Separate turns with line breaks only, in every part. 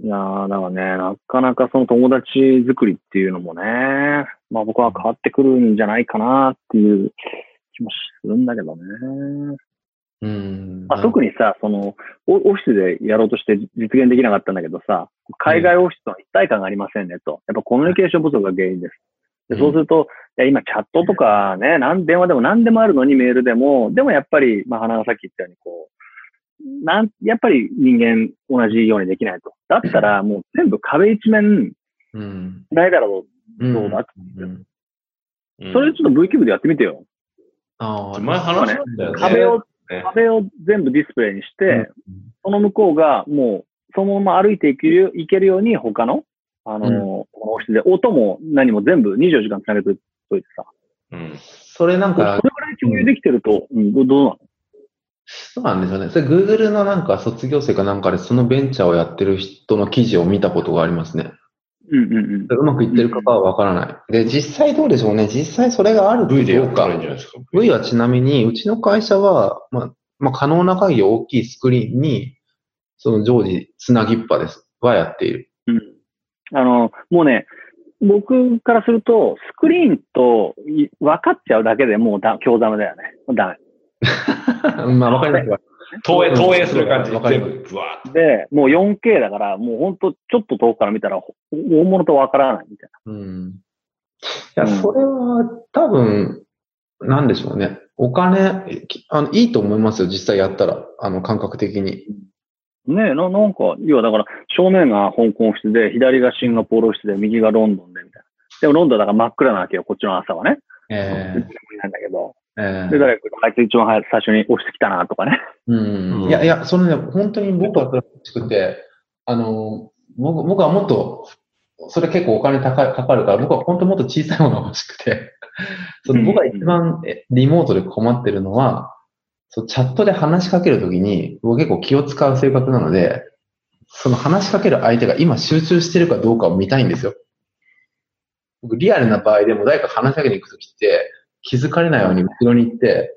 いやー、だからね、なかなかその友達作りっていうのもね、まあ僕は変わってくるんじゃないかなっていう気もするんだけどね。
うん。
まあ、特にさ、その、オオフィスでやろうとして実現できなかったんだけどさ、海外オフィスとの一体感がありませんねと。やっぱコミュニケーション不足が原因です。でそうすると、いや今チャットとかね、なん電話でも何でもあるのにメールでも、でもやっぱり、まあ、花がさっき言ったようにこう、なん、やっぱり人間同じようにできないと。だったらもう全部壁一面
うん。
ないだろ
うん。
そうだ
うん。
う。それちょっと VCube でやってみてよ。
ああ、
前話したんだよね。
壁を、
ね
壁を全部ディスプレイにして、
うん
その向こうがもうそのまま歩いていけるよいけるように他の、あのー、
うん
このオフィスで音も何も全部24時間つなげておいてさ。
うん。
それなん
それ
か、
ぐらい共有できてると、うん、どどうなの
そうなんですよね。それ Google のなんか卒業生かなんかでそのベンチャーをやってる人の記事を見たことがありますね。
うんうんうん。
うまくいってるかはわからない。で、実際どうでしょうね。実際それがあるかど
V でや
う
った
か。
らいいんじゃないですか。
V はちなみに、うちの会社は、まあ、まあ、可能な限り大きいスクリーンに、その常時、つなぎっぱです。はやっている。
うんあの、もうね、僕からすると、スクリーンとい分かっちゃうだけでもうだ、強ざめだよね。ダメ。
まあ、わかりますわ。
投影、投影する感じ。
わかり
全
ます
部、ぶわーっ
で、もう 4K だから、もうほんと、ちょっと遠くから見たら、ほ大物と分からないみたい
うん。いや、
うん
それは多分、なんでしょうね。お金、きあのいいと思いますよ。実際やったら。あの、感覚的に。
な。ねえ、ななんか、要はだから、正面が香港オフィスで、左がシンガポールオフィスで、右がロンドンで、みたいな。でもロンドンだから真っ暗なわけよ、こっちの朝はね。
ええ
なんだけど。
ええ
で、誰か、あいつ一番早く最初にオフィス来たな、とかね。
う
うんん
いやいや、そのね、本当に僕はそれ欲しくて、あの、僕僕はもっと、それ結構お金高いかかるから、僕は本当もっと小さいものが欲しくて、 その僕が一番えリモートで困ってるのは、そうチャットで話しかけるときに、僕結構気を使う性格なので、その話しかける相手が今集中してるかどうかを見たいんですよ。僕リアルな場合でも誰か話しかけに行くときって、気づかれないように後ろに行って、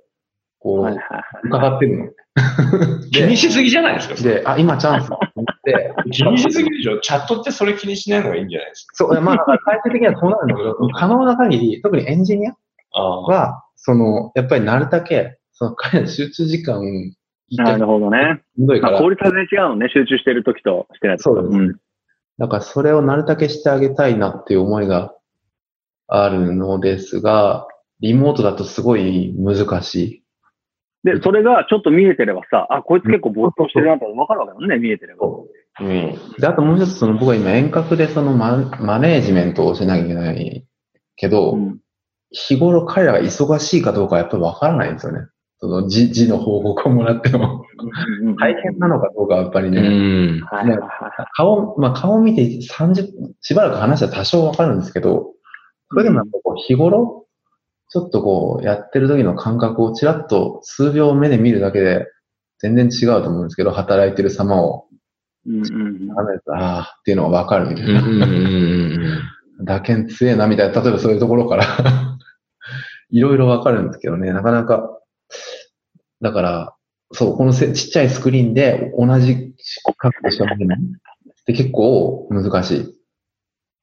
こう、
はいはい
伺ってるの。
と。気にしすぎじゃないですか。それ
で、あ、今チャンスと思って、
気にしすぎでしょ。チャットってそれ気にしないのがいいんじゃないですか。
そう、まあ、最終的にはそうなるんだけど、可能な限り、特にエンジニア
ああ。
は、その、やっぱりなるだけ、その彼の集中時間、一
な
回
る
し
ほどね。
んどいか
まあ、
ら、
効率は全然違うのね、集中してる時としてない時と
そうです
ん
だからそれをなるだけしてあげたいなっていう思いがあるのですが、リモートだとすごい難しい。
で、それがちょっと見えてればさ、あ、こいつ結構ぼーっとしてるなって分かるわけだもんね、見えてれば。
うん。
で、あともう一つ、その僕は今遠隔でそのママネージメントをしなきゃいけないけど、
うん
日頃彼らが忙しいかどうかはやっぱりわからないんですよね。その字字の報告をもらっても。
うんうん
大変なのかどうかはやっぱり
う
ね、
ん。
はいはいはい
顔、まあ顔見て30、しばらく話は多少わかるんですけど、それでもやっぱこう日頃、ちょっとこうやってる時の感覚をちらっと数秒目で見るだけで全然違うと思うんですけど、働いてる様を、
うんうん
ああーっていうのがわかるみたいな。
うんうん
打鍵強えなみたいな、例えばそういうところから、 いろいろわかるんですけどね、なかなか、だから、そう、このせちっちゃいスクリーンで同じ格好しか見えない。で、結構難しい。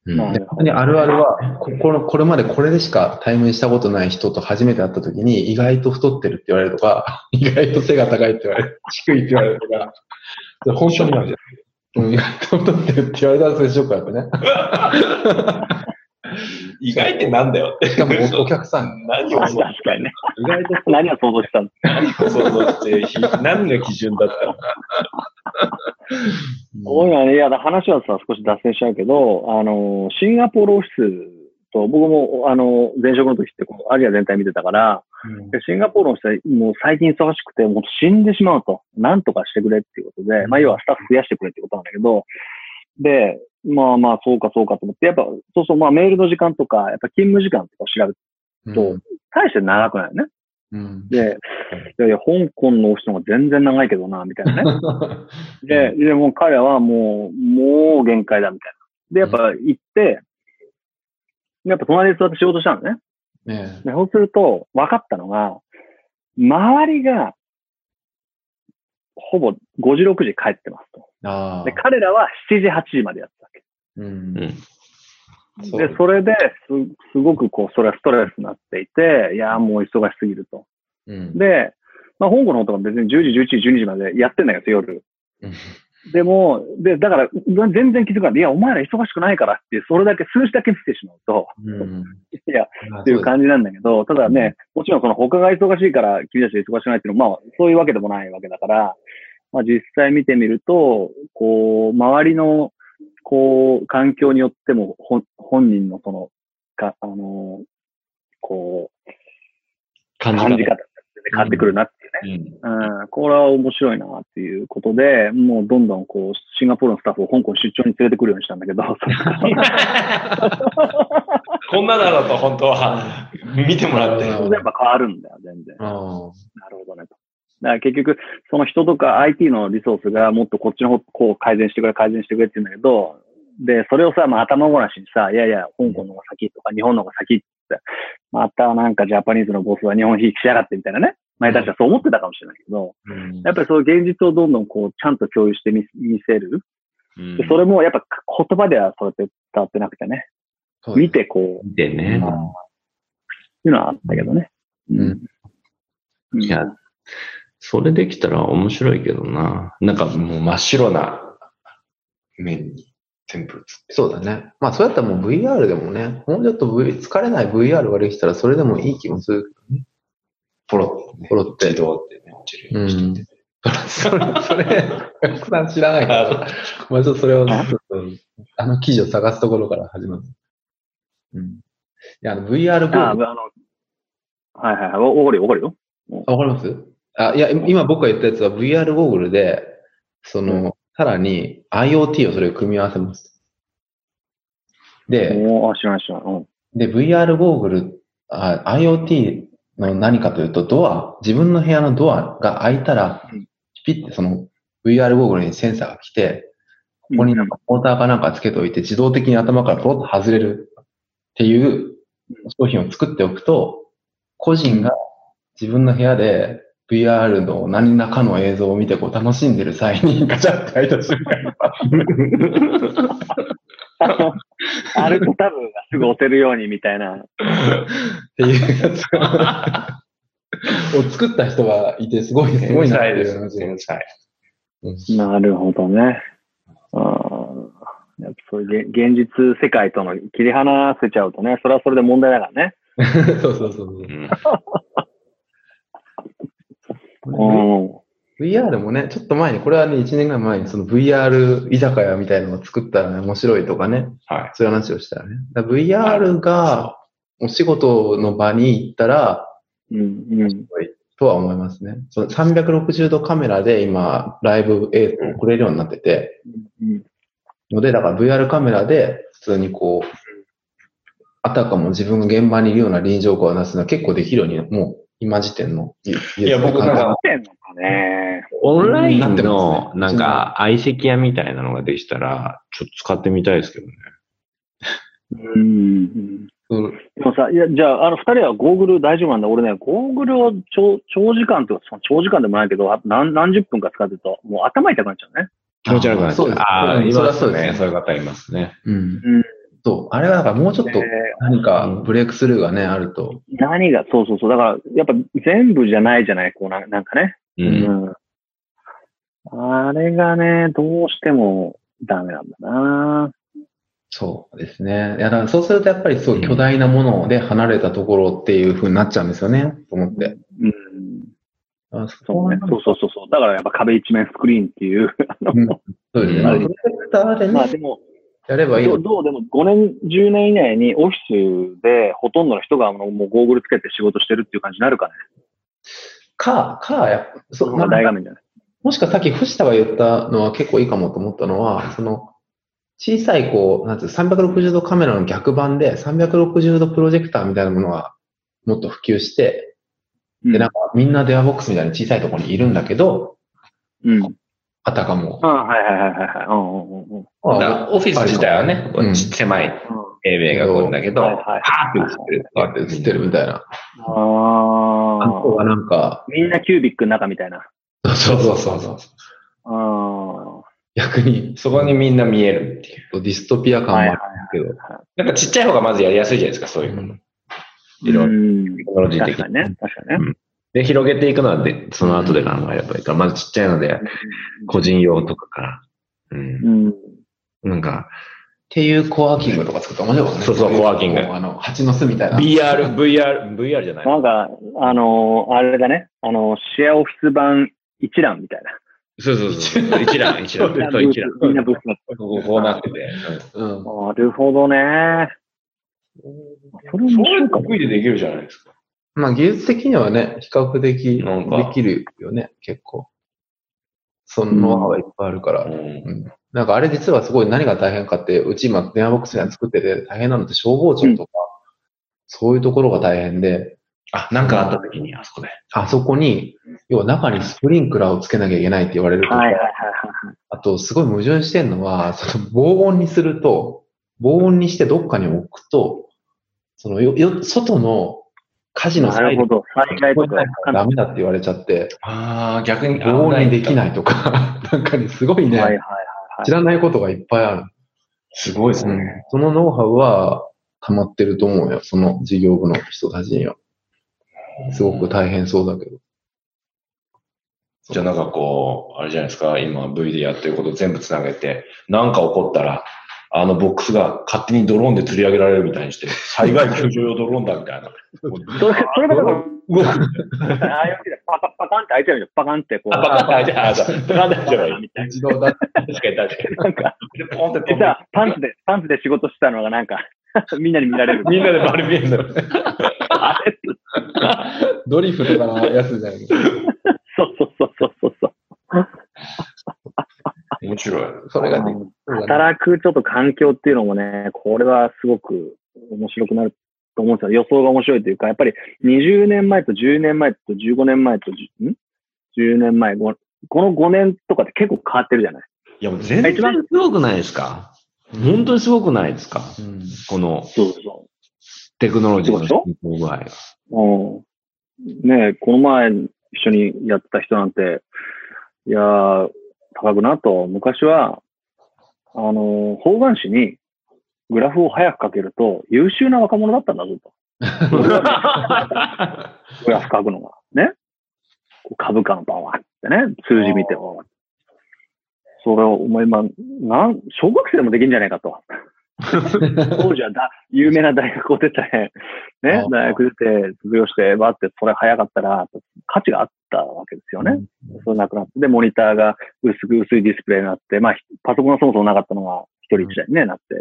うん
まあ
で、本当にあるあるは、ここのこれまでこれでしか対面したことない人と初めて会った時に、意外と太ってるって言われるとか、 意外と背が高いって言われる、低いって言われるとか、それ本当にあるじゃん。うん、意外と太ってるって言われたらそれショックだったね。
意外ってなんだよって。
しかもおお客さん、
何
うん。
を
確
想像
かにね。
意外と
何を想像したの
してひ、何が基準だったの
おいはね、いや、話はさ、少し脱線しちゃうけど、あの、シンガポールオフィスと、僕も、あの、前職の時って、こうアジア全体見てたから、でシンガポールの人はもう最近忙しくて、もう死んでしまうと。なんとかしてくれっていうことで、まあ、要はスタッフ増やしてくれってことなんだけど、で、まあまあ、そうかそうかと思って、やっぱ、そうそう、まあ、メールの時間とか、やっぱ勤務時間とか調べる
うん
と、大して長くないよね。
うん。
で、いやいや、香港のオフィスの方が全然長いけどな、みたいなね。で、でもう彼はもう、もう限界だ、みたいな。で、やっぱ行って、やっぱ隣で座って仕事したのね。
ね
でそうすると、分かったのが、周りが、ほぼ5時、6時帰ってますと。
ああ
で、。彼らは7時、8時までやってたわけ。
うん
うん
そう
で、それです、すごくこう、それはストレスになっていて、いやーもう忙しすぎると。
うん
で、まあ、香港の方が別に10時、11時、12時までやってんだけど、夜
うん。
でも、で、だから、全然気づかない。いや、お前ら忙しくないからって、それだけ、数字だけ見てしまうと、
うん
いや、
まあ
っていう感じなんだけど、ただね、もちろんその他が忙しいから君たちが忙しくないっていうのは、まあそういうわけでもないわけだから、まあ実際見てみると、こう、周りの、こう、環境によっても、ほん本人のその、か、あのー、こう、
感じ
感じ
方。
方、変わってくるなっていうね。
うん。
うん、これは面白いなっていうことで、もうどんどんこう、シンガポールのスタッフを香港出張に連れてくるようにしたんだ けど、それから
こんなのだと本当は見てもらって。
やっぱ変わるんだよ、全然。
ああ
なるほどねと。だから結局、その人とか IT のリソースがもっとこっちの方、こう改善してくれ、改善してくれって言うんだけど、で、それをさ、まあ頭ごなしにさ、いやいや、香港の方が先とか、日本の方が先って、またなんかジャパニーズのボスは日本ひいきしやがってみたいなね。前たちはそう思ってたかもしれないけど、
うん
やっぱりそういう現実をどんどんこう、ちゃんと共有してみ見せる。
うん
でそれもやっぱ言葉ではそうやって伝わってなくてね、
そうです
見てこう、っ
見てね。
ていうのはあったけどね。
うん
うん
いや、それできたら面白いけどな。なんか、
もう真っ白な面に全部映って。
そうだね。まあ、そうやったらもう VR でもね、もうちょっと、v、疲れない VR ができたらそれでもいい気もする。
ポロって、ね。
ポロって
自動ってね、落ちるようにしてて。
それ、 それ、奥さん知らないから、まあちょっとそれを、ちょっとあの記事を探すところから始まる。うん。いや、あの VR ゴ
ああの
ーグル、
はいはいはい、わわかるよ、わかるよ。
あわかりますあ、いや、今僕が言ったやつは VR ゴーグルで、その、さらに IoT をそれを組み合わせます。で、
おーあ、知らない知らない。うん。
で、VR ゴーグル、あ IoT の何かというと、ドア、自分の部屋のドアが開いたら
うん、
ピッてその VR ゴーグルにセンサーが来て、ここになんかモーターかなんかつけておいて、自動的に頭からポロッと外れるっていう商品を作っておくと、個人が自分の部屋で VR の何らかの映像を見てこう楽しんでる際に ガチャッて開いた瞬間に
あの、アルトタブがすぐ押せるようにみたいな。
っていうやつがを 作った人がいて、すごい、すご
天
いなっ
才
て
で
いう
す。
話で
天才。
なるほどね。あーやっぱそういうげ現実世界との切り離せちゃうとね、それはそれで問題だからね。
そうそうそう
うん
そう。
ん。
VR もね、ちょっと前に、これはね、1年ぐらい前に、その VR 居酒屋みたいなのを作ったらね、面白いとかね、
はい。
そういう話をしたらね。だから VR がお仕事の場に行ったら、
うん。うん。
とは思いますね。その360度カメラで今、ライブ映像を送れるようになってて、
うん。
ので、だから VR カメラで普通にこう、あたかも自分が現場にいるような臨場感を出すのは結構できるように、もう今時点の。い
いや、僕なんか、
てんのかね。
オンライ
なっ
ン
てま
の、
すね
なんか、相席屋みたいなのができたら、ちょっと使ってみたいですけどね。
うん。
うん
でもさ、いや、じゃあ、あの、二人はゴーグル大丈夫なんだ。俺ね、ゴーグルを長長時間とか、その長時間でもないけど、あ何何十分か使ってると、もう頭痛くなっちゃうね。
気持ち悪くなっちゃ
そう
う。
です
ああ、
うん
い
それ
ま
はそ
す
うです
ね。
ね
そういう方いますね。
うん
うん。
そう。あれはだからもうちょっと
で
何かブレイクスルーがね、あると。
何が、そうそうそう。だから、やっぱ全部じゃないじゃない、こうな、なんかね。
う。
うんん。あれがね、どうしてもダメなんだな
そうですね。いや、だからそうするとやっぱりそう巨大なもので離れたところっていう風になっちゃうんですよね、と思って。
うん。
あ
そうね。
そ
そうそうそうそう。だからやっぱ壁一面スクリーンっていう。
うですね。
うん
まあプロジェクターで
まあ
ね、
でも、
やればいい
ど
の
うどうでも5年、10年以内にオフィスでほとんどの人があのもうゴーグルつけて仕事してるっていう感じになるかね。
か、か、やっぱそ、
そうの大画面じゃない。
もしかさっき藤田が言ったのは結構いいかもと思ったのは、その、小さいこう、なんていうの360度カメラの逆版で、360度プロジェクターみたいなものがもっと普及して、で、なんかみんな電話ボックスみたいに小さいところにいるんだけど、
うん。
あたかも
あ、はいはいはいはいはい。うんうんうんう
だ
ん。
からオフィス自体はね、こ
う
うん狭い英米がこるんだけど、
はい
パ
はい。
ーって映ってる。
あって映ってるみたいな。あ
あ
とは
あ。
なんか、
みんなキュービックの中みたいな。
そう
そう
そう
そうそう。
ああ。
逆に、
そこにみんな見えるっていう。
ディストピア感もあるけど、
なんかちっちゃい方がまずやりやすいじゃないですか、そういうのも。いろ
う
いろ、
ん
テクノロジー
確
的
か
に。
にね。確かにね。
で、広げていくのはで、その後で考えればいいから、まずちっちゃいので、個人用とかから。うん。
うん。
なんか、
っていうコワーキングとか作ったら面白いもんね。
そうそう
い
コワーキング
こうあの、蜂の巣みたいな。
VR、VR、VR じゃない。
なんか、あのーあれだね。あのーシェアオフィス版一覧みたいな。
そうそうそう そう。一覧、一覧。そう、
み
一覧。
んなブースだった。
こうこうなってて。
うん。
なるほどね。
うんそう
それ面
い
白
う
いかも
得意でできるじゃないですか。
まあ技術的にはね、比較的
なんか
できるよね、結構。そのノウハウはいっぱいあるから。
うん
なんかあれ実はすごい何が大変かって、うち今電話ボックスには作ってて大変なのって消防庁とか、そういうところが大変で、
あ、なんかあった時に、あそこで。
あそこに、要は中にスプリンクラーをつけなきゃいけないって言われると、
はいはいはいはい。
あとすごい矛盾してるのは、その防音にすると、防音にしてどっかに置くと、そのよよ外の火事の
なる
際
ほど。災害とか。
ダメだって言われちゃって、
ああ、逆に。
防音にでき
い。
ないとか、なんかにすごい
はいはい
ね、
い
知らないことがいっぱいある。
すごいですね。
そのノウハウは溜まってると思うよ。その事業部の人たちには。すごく大変そうだけど。
じゃあなんかこう、あれじゃないですか、今 V でやってること全部つなげて、なんか起こったら、あのボックスが勝手にドローンで釣り上げられるみたいにして、災害救助用ドローンだみたいな。
それ、それだから、
動く。
ああいう時でパカッパカンって開いちゃうよ。パカンってこう。
あ、バカだ、じゃあ、そうバカだ、じゃあ、
みたい
自動だ
確かに確かに。
な。なんか、
で、ポンって飛ん
実
で
はパンツで、パンツで仕事してたのがなんか、 みんなに見られる。
みんなで丸見えになる。
あれ
ドリフとかのやつじゃないけど
そうそうそうそうそうそう。
面白い。
それができるからね
働くちょっと環境っていうのもね、これはすごく面白くなると思うんですよ。予想が面白いというか、やっぱり20年前と10年前と15年前と10、ん ?10 年前、ごこの5年とかって結構変わってるじゃない
いや、もう全然
一番
すごくないですか本当にすごくないですか
うん
この
そうそ
テクノロジーの
そう
進行具合が。
う。うん。ねえこの前一緒にやった人なんて、いやー、高くなと、昔は、あのー方眼紙にグラフを早くかけると優秀な若者だったんだ ぞと。グラフ書くのが。ね。こう株価のバワってね、数字見ても。それを、お前今、なん、小学生でもできんじゃないか と。当時はだ、有名な大学を出て、ね
あ、ー
大学出て、卒業して、わーって、それ早かったら、価値があったわけですよね。それなくなって、で、モニターが薄く薄いディスプレイになって、まあ、ひパソコンがそもそもなかったのが、一人一台に、ね、なって、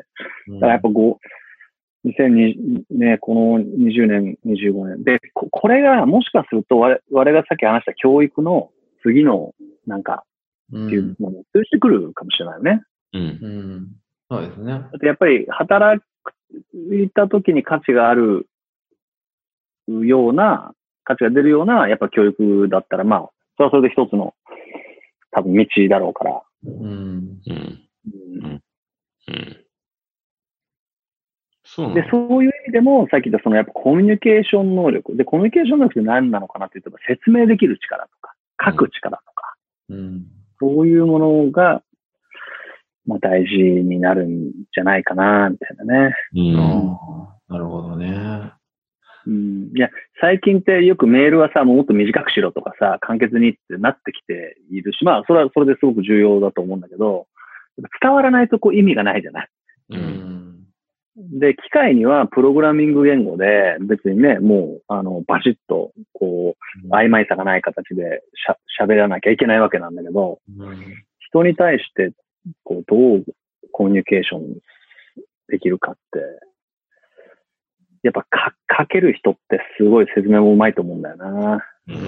だからやっぱこう、2020ね、この20年、25年。で、ここれが、もしかすると我、我々がさっき話した教育の次の、なんか、
う
っていうんのも通じてくるかもしれないよね。
うん。
うんそうですね。
だってやっぱり、働いた時に価値があるような、価値が出るような、やっぱ教育だったら、まあ、それはそれで一つの、多分道だろうから。
うん
うん。
うん
うん。そうな
で、そういう意味でも、さっき言ったそのやっぱコミュニケーション能力。で、コミュニケーション能力って何なのかなって言えば、説明できる力とか、書く力とか、
うん
そういうものが、まあ大事になるんじゃないかな、みたいなね。
の
あーなるほどね。
うん。いや、最近ってよくメールはさ、もっと短くしろとかさ、簡潔にってなってきているし、まあ、それはそれですごく重要だと思うんだけど、やっぱ伝わらないとこう意味がないじゃない。
うん。う。
うんん
で、機械にはプログラミング言語で、別にね、もう、あの、バシッと、こう、曖昧さがない形でしゃ、喋らなきゃいけないわけなんだけど、人に対して、こう、どうコミュニケーションできるかって、やっぱか、かける人ってすごい説明もうまいと思うんだよな。
うん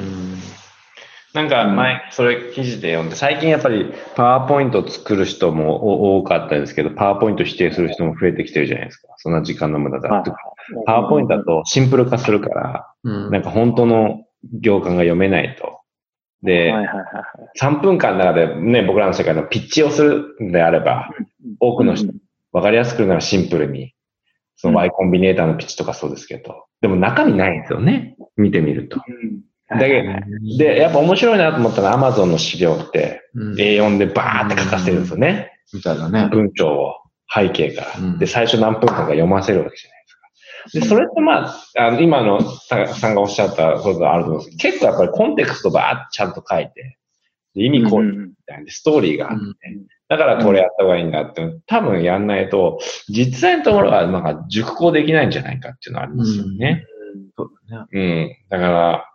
なんか前、それ記事で読んで、最近やっぱりパワーポイントを作る人もお多かったですけど、パワーポイント否定する人も増えてきてるじゃないですか。そんな時間の無駄だ
は
と
い
か。パワーポイントだとシンプル化するから、
うん
なんか本当の行間が読めないと。で、
はいはいはい。
3分間の中でね、僕らの世界のピッチをするんであれば、多くの人、わかりやすくならシンプルに、その Y コンビネーターのピッチとかそうですけど、でも中身ないんですよね、見てみると。
うん
だけど、で、やっぱ面白いなと思ったのは Amazon の資料って
うん、
A4 でバーって書かせるんですよね。
みたいだね。
文章を背景から。
うん
で、最初何分間か読ませるわけじゃないですか。で、それってまあ、あの今のささんがおっしゃったことがあると思うんですけど、結構やっぱりコンテクストばーってちゃんと書いて、で意味こうみたいな、ストーリーがあって、だからこれやった方がいいんだって、多分やんないと、実際のところはなんか熟考できないんじゃないかっていうのはありますよね。
そうだね。
うん。だから、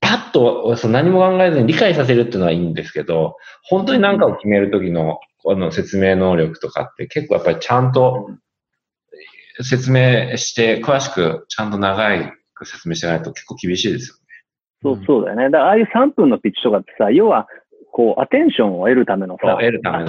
パッとそう何も考えずに理解させるっていうのはいいんですけど、本当に何かを決めるときのこの説明能力とかって結構やっぱりちゃんと説明して、詳しくちゃんと長く説明してないと結構厳しいですよね。
そう、そうだよね。だから、ああいう3分のピッチとかってさ、要は、こう、アテンションを得るためのさ、
得るための。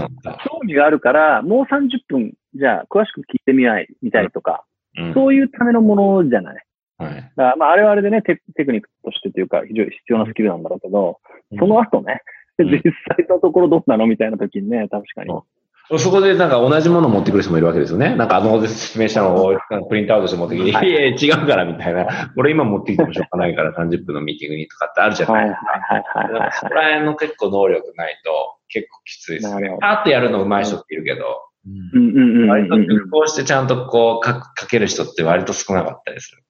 興味があるから、もう30分、じゃあ、詳しく聞いてみない、みたいとか、
うん。
そういうためのものじゃない。
はい。
だからまあ、あれはあれでねテ、テクニックとしてというか、非常に必要なスキルなんだろうけど、その後ね、
うん
実際のところどうなのみたいな時にね、確かに。
そこでなんか同じもの持ってくる人もいるわけですよね。なんかあの説明したのをプリントアウトして持ってきて、いや
はい
いや違うからみたいな。俺今持ってきてもしょうがないから30分のミーティングにとかってあるじゃ
は
な
はいい
いですか。
はいはい
なん
はい
かそこら辺の結構能力ないと結構きついです
はい。な
ね。
るほど。
パッとやるの上手い人っているけど、
うん
うんうんうん
割と
うんうん。
こうしてちゃんとこう書く書ける人って割と少なかったりする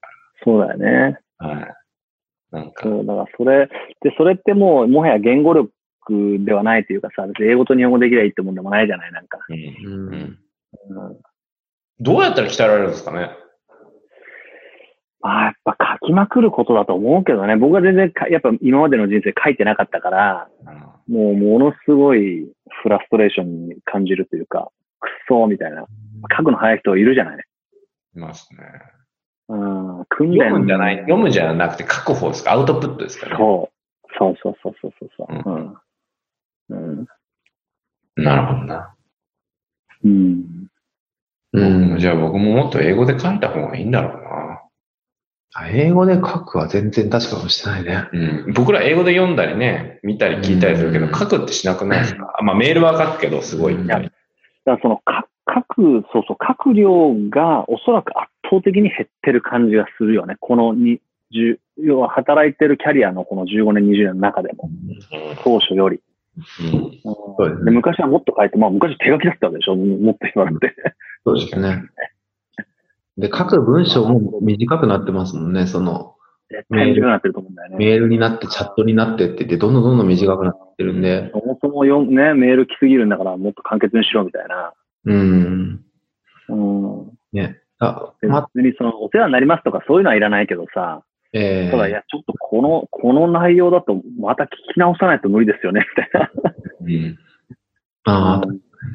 そうだよね。
から。はい。なんか、
そう、だからそれ、で、それってもう、もはや言語力ではないというかさ、別に英語と日本語できりゃいいってもんでもないじゃない、なんか。
うん。
う
うんんどうやったら鍛えられるんですかね
まあ、やっぱ書きまくることだと思うけどね、僕は全然か、やっぱ今までの人生書いてなかったから、もうものすごいフラストレーションに感じるというか、くっそーみたいな。書くの早い人いるじゃない。
いますね。
うん、訓練。
読むんじゃない、読むんじゃなくて書く方ですかアウトプットですから、ね。
そう。そうそうそうそうそうそう。うん。うん。
なるほどな。
うん。
うん。
じゃあ僕ももっと英語で書いた方がいいんだろうな。
あ英語で書くは全然確かにしてないね。
うん、僕ら英語で読んだりね、見たり聞いたりするけど、
うん
書くってしなくないですか、 まあメールは書くけど、すごい見たり。
だからその、か書く、そうそう、書く量がおそらく圧倒的に減ってる感じがするよね。このに、十要は働いてるキャリアのこの15年、20年の中でも、当初より。
うん
そうです
で
ね。
昔はもっと書いて、まあ昔手書きだったわけでしょもっと今なんて。
そうですね。で、書く文章も短くなってますもんね。その、
絶対短くなってると思うんだよね。
メールになって、チャットになってって言って、どんどんどんどん短くなってるんで。
そもそもよ、ね、メール来すぎるんだからもっと簡潔にしろみたいな。
うん。
うん。
あ、
別
ま、
にその、お世話になりますとかそういうのはいらないけどさ。
え
ただ、い
ー、
や、ちょっとこの、この内容だと、また聞き直さないと無理ですよね、みたい
うん
あ
な
あ、。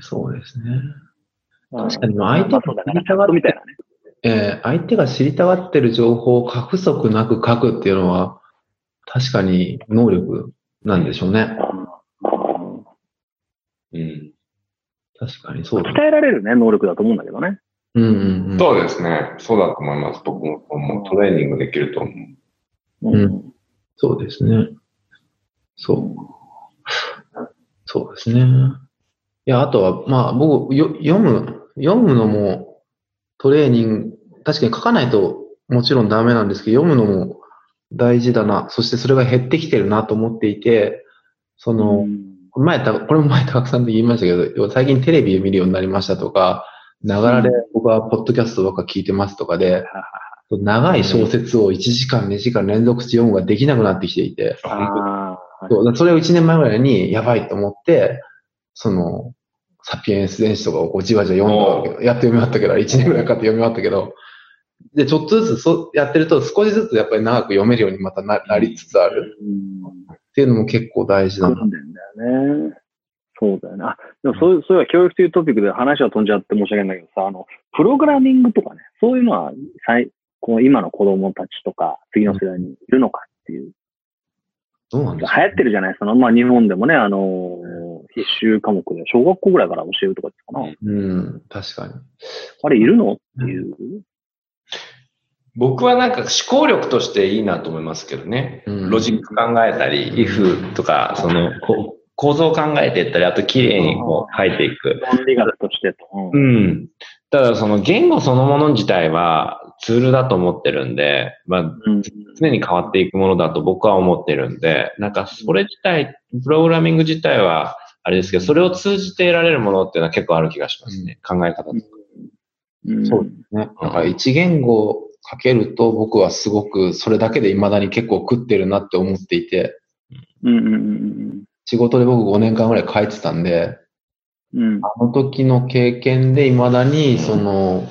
そうですね。
うん
確かに、
まあ
相手
そうだね、チャットみたいなね。
えー相手が知りたがってる情報を過不足なく書くっていうのは、確かに能力なんでしょうね。
うん
うん
確かにそうだ
鍛。えられるね、能力だと思うんだけどね。
うんうんうん。
そうですね。そうだと思います。僕ももうトレーニングできると思う。
う
うんそうですね。そう。そうですね。いや、あとは、まあ、僕、よ読む、読むのもトレーニング、確かに書かないともちろんダメなんですけど、読むのも大事だな。そしてそれが減ってきてるなと思っていて、その、
ん。
前た、これも前高久さんと言いましたけど、要は最近テレビを見るようになりましたとか、ながらで
う
僕はポッドキャストばっか聞いてますとかで
は、
長い小説を1時間、2時間連続して読むができなくなってきていて、
ああ。
そうそれを1年前ぐらいにやばいと思って、その、サピエンス電子とかをこうじわじわ読んだわけど、やっと読み終わったけど、1年ぐらいかかって読み終わったけど、で、ちょっとずつそうやってると少しずつやっぱり長く読めるようにまたななりつつある
うん
っていうのも結構大事だな。
訓練だよね。そうだよね。あ、でもそういう、そういえば教育というトピックで話は飛んじゃって申し訳ないんだけどさ、あの、プログラミングとかね、そういうのは、最、この今の子供たちとか、次の世代にいるのかっていう。
どうなん
流
ですか
行ってるじゃないその、まあ、日本でもね、あのー必修科目で、小学校ぐらいから教えるとかですかな。
うん、確かに。
あれ、いるのっていう。
僕はなんか思考力としていいなと思いますけどね。
うん
ロジック考えたり、if とか、その、こう構造を考えていったり、あと綺麗にこう書いていく。
論理学としてと。う
うんん。ただその言語そのもの自体は、ツールだと思ってるんで、まあ、
うん
常に変わっていくものだと僕は思ってるんで、なんかそれ自体、プログラミング自体は、あれですけど、それを通じて得られるものっていうのは結構ある気がしますね。考え方とか。
うん
そうね。だから一言語かけると僕はすごくそれだけで未だに結構食ってるなって思っていて、
うんうんうん
仕事で僕5年間ぐらい書いてたんで、
うんうん
あの時の経験で未だにその、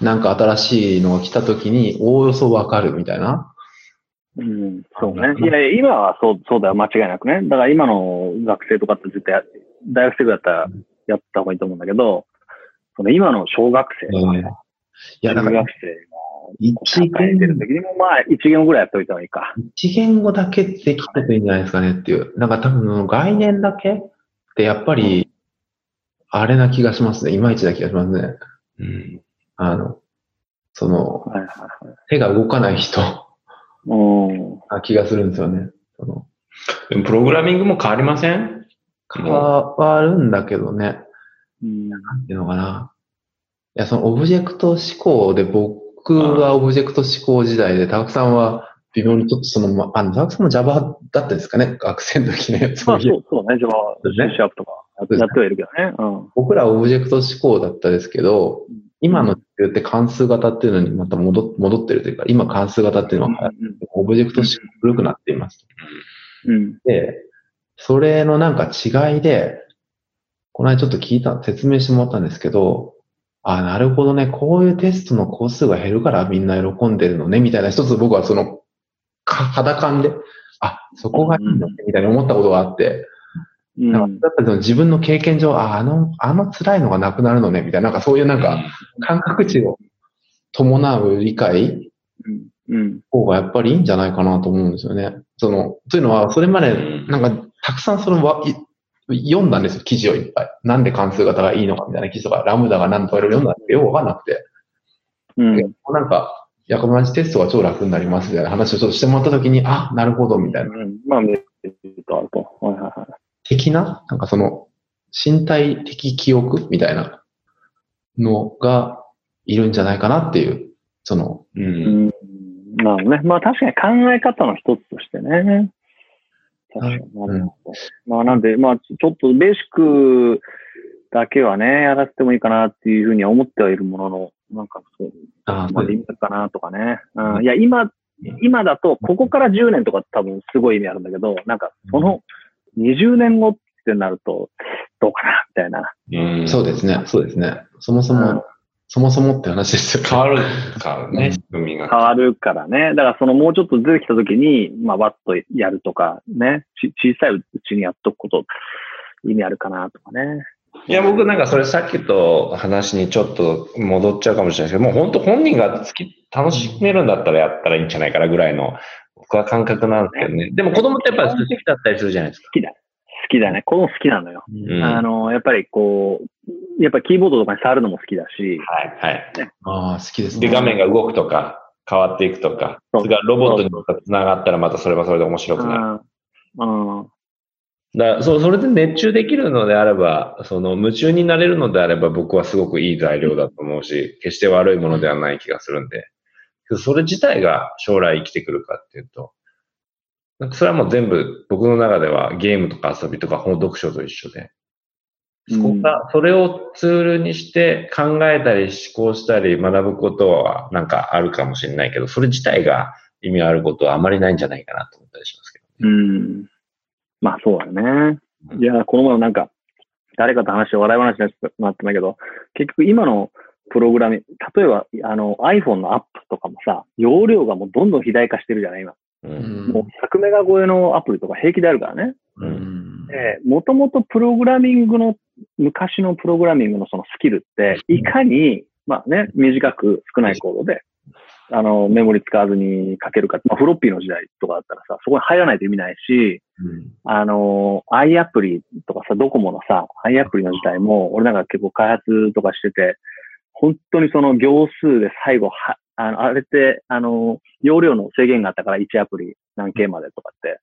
なんか新しいのが来た時におおよそわかるみたいな。
うんそうね。いやいや、今はそう、そうだよ。間違いなくね。だから今の学生とかって絶対や、大学生だったらやった方がいいと思うんだけど、その今の小学生、
うんいや、だ
中
か
学生が
ら一
社会に出る
言
時にも、まあ、一言ぐらいやっといた方がいいか。
一言語だけできるといいんじゃないですかねっていう。なんか多分概念だけってやっぱり、あれな気がしますね。いまいちな気がしますね。
うん。
あの、その、
はいはいはい。
手が動かない人 な
うん。
気がするんですよね。その
でもプログラミングも変わりません
変わるんだけどね、
うん
っていうのかな。いや、そのオブジェクト思考で、僕はオブジェクト思考時代で、たくさんは微妙にちょっとその、まあの、たくさんも Java だったんですかね、学生の時ね。
ま
そ
あ、
うい。
そうう、そうね。じゃあ、
そうですね
シャープとかやってはいるけどね。うん。
僕らはオブジェクト思考だったですけど
うん、
今の地球って関数型っていうのにまた戻戻ってるというか、今関数型っていうのは流行って、オブジェクト思考古くなっています。
うん。
で、それのなんか違いで、この間ちょっと聞いた、説明してもらったんですけど、あ、なるほどね、こういうテストの個数が減るからみんな喜んでるのね、みたいな一つ僕はその、か肌感で、あ、そこがいいんだね、みたいに思ったことがあって、
うん。う
なん
ん
かやっぱその自分の経験上、あ、あの、あの辛いのがなくなるのね、みたいな、なんかそういうなんか感覚値を伴う理解
うん。
方がやっぱりいいんじゃないかなと思うんですよね。その、というのは、それまで
うん、
なんか、たくさんそのわ、い読んだんですよ、記事をいっぱい。なんで関数型がいいのかみたいな記事とか、ラムダが何とかいろいろ読んだんですけどよくわかんなくて。
うん。
なんか、ヤコブランチテストが超楽になりますみたいな話をちょっとしてもらったときに、あ、なるほど、みたいな。
うん。まあ、メリットあると。はいはいはい。
的な、なんかその、身体的記憶みたいなのがいるんじゃないかなっていう、その、
うん。
う
う
ん。
ん
なるほどね。まあ確かに考え方の一つとしてね。確かになるほど。まあなんで、まあちょっとベーシックだけはね、やらせてもいいかなっていうふうには思ってはいるものの、なんかそう、
あ
ま
そ
あ
う
で
です
いいかなとかね。うん。いや、今、今だと、ここから10年とか多分すごい意味あるんだけど、なんかその20年後ってなると、どうかなみたいな。
うん
そうですね、そうですね。そもそも、
うん
そもそもって話ですよ。
変わるからね、仕組みが。
変わるからね。だからそのもうちょっと出てきた時に、まあ、わっとやるとか、ね。ち小さいうちにやっとくこと、意味あるかなとかね。
いや、僕なんかそれさっきと話にちょっと戻っちゃうかもしれないですけど、もう本当本人が好き、楽しめるんだったらやったらいいんじゃないかなぐらいの、僕は感覚なんですけどね。でも子供ってやっぱり好きだったりするじゃないですか。
好きだね。子供好きなのよ。
うん。
あ
はい、
の、やっぱりこう、やっぱりキーボードとかに触るのも好きだし、
はい。
ああ、好きですね。
で、画面が動くとか、変わっていくとか、
そう
それがロボットに繋がったらまたそれはそれで面白くなる。
うん。うん
だからそう、それで熱中できるのであれば、その夢中になれるのであれば僕はすごくいい材料だと思うし、決して悪いものではない気がするんで、それ自体が将来生きてくるかっていうと、なんかそれはもう全部僕の中ではゲームとか遊びとか本読書と一緒で、そこが、それをツールにして考えたり思考したり学ぶことはなんかあるかもしれないけど、それ自体が意味あることはあまりないんじゃないかなと思ったりしますけど。
うん。まあそうだね。いや、この前もなんか、誰かと話して笑い話になってたけど、結局今のプログラミング、例えばあの iPhone のアップとかもさ、容量がもうどんどん肥大化してるじゃない今。
う
う。
んん
もう100メガ超えのアプリとか平気であるからね。
う
うん
で、もともとプログラミングの、昔のプログラミングのそのスキルって、いかに、まあね、短く少ないコードで、あの、メモリ使わずに書けるか、まあフロッピーの時代とかだったらさ、そこに入らないと意味ないし、あの、i アプリとかさ、ドコモのさ、i アプリの時代も、俺なんか結構開発とかしてて、本当にその行数で最後は、あの、あれって、あの、容量の制限があったから1アプリ何件までとかって、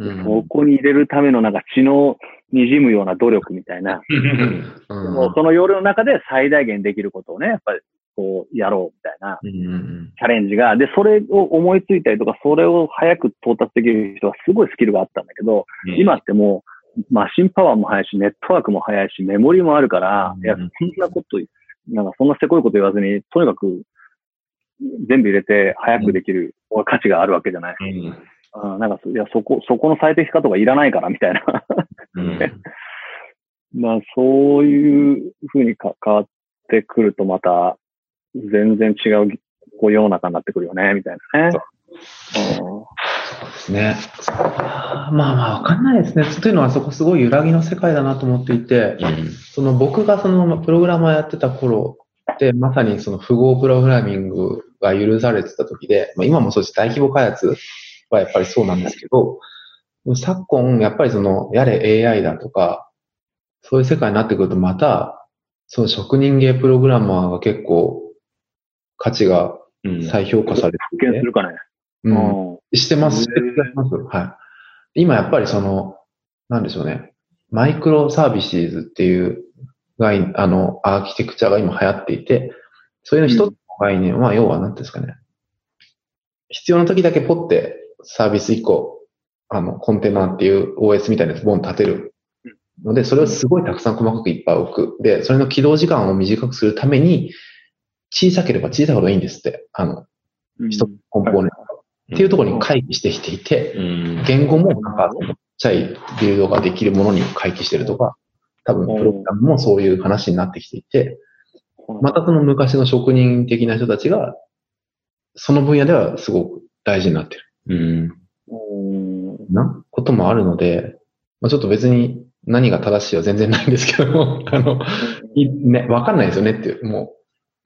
うん
そこに入れるためのなんか血の滲むような努力みたいな、
うん
う
もうんその容量の中で最大限できることをね、やっぱりこう、やろうみたいな
うんうん
チャレンジが、で、それを思いついたりとか、それを早く到達できる人はすごいスキルがあったんだけど、今ってもう、マシンパワーも速いし、ネットワークも速いし、メモリもあるから、
うん
いや、そんなこと、なんかそんなせこいこと言わずに、とにかく、全部入れて早くできる価値があるわけじゃない。
うん
うん、なんかそ、いや、そこ、そこの最適化とかいらないから、みたいな。
うん
まあ、そういうふうにか変わってくると、また、全然違うこう世の中になってくるよね、みたいなね。うん
ですね。
あーまあまあ、わかんないですね。というのは、そこすごい揺らぎの世界だなと思っていて、その僕がそのプログラマーやってた頃で、まさにその符号プログラミングが許されてた時で、まあ、今もそうです大規模開発はやっぱりそうなんですけど、昨今、やっぱりその、やれ AI だとか、そういう世界になってくると、また、その職人芸プログラマーが結構、価値が
うん
再評価され
発
て
見
て
するかね。う
う、
んん。
してます、して
へー
ます。はい。今やっぱりその、なんでしょうね。マイクロサービスズっていう概、あの、アーキテクチャが今流行っていて、それの一つの概念は、要は何ていうんですかね。必要な時だけポッてサービス1個、あの、コンテナっていう OS みたいなやつボン立てる。ので、それをすごいたくさん細かくいっぱい置く。で、それの起動時間を短くするために、小さければ小さいほどいいんですって。あの、
うん
一つのコンポーネントっていうところに回帰してきていて、
うん
言語もなんか、ちっちゃいビルドができるものに回帰してるとか、多分プログラムもそういう話になってきていて、またその昔の職人的な人たちが、その分野ではすごく大事になってる
うん
うん
なこともあるので、まあ、ちょっと別に何が正しいは全然ないんですけども、 あの、いね、わかんないですよねっていう、も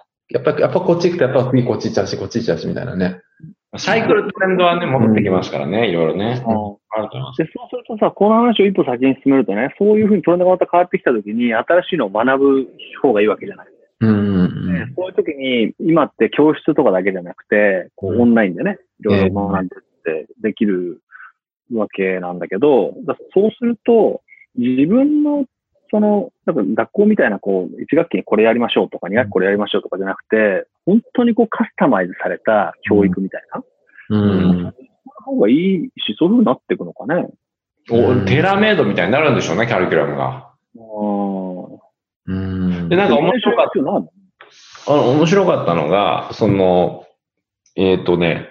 う、やっぱ、やっぱこっち行くと、やっぱ次こっち行っちゃうし、こっち行っちゃうし、みたいなね。
サイクルトレンドはね、戻ってきますからね、いろいろね。
うん
あると思います。
で、そうするとさ、この話を一歩先に進めるとね、そういうふうにトレンドがまた変わってきたときに、新しいのを学ぶ方がいいわけじゃない。
うん。
そういうときに、今って教室とかだけじゃなくて、こ
う
うんオンラインでね、いろいろ
うん
学んでってできるわけなんだけど、だそうすると、自分の、その、多分学校みたいな、こう、1学期にこれやりましょうとか、2学期これやりましょうとかじゃなくて、本当にこうカスタマイズされた教育みたいな、
うん。
方がいいし、そういうふうになっていくのかね。
う
お
ん
テーラーメイドみたいになるんでしょうね、キャリキュラムが。
うん。
うん
で、なんか面白かっ
った。なん
あの、面白かったのが、その、えっ、とね、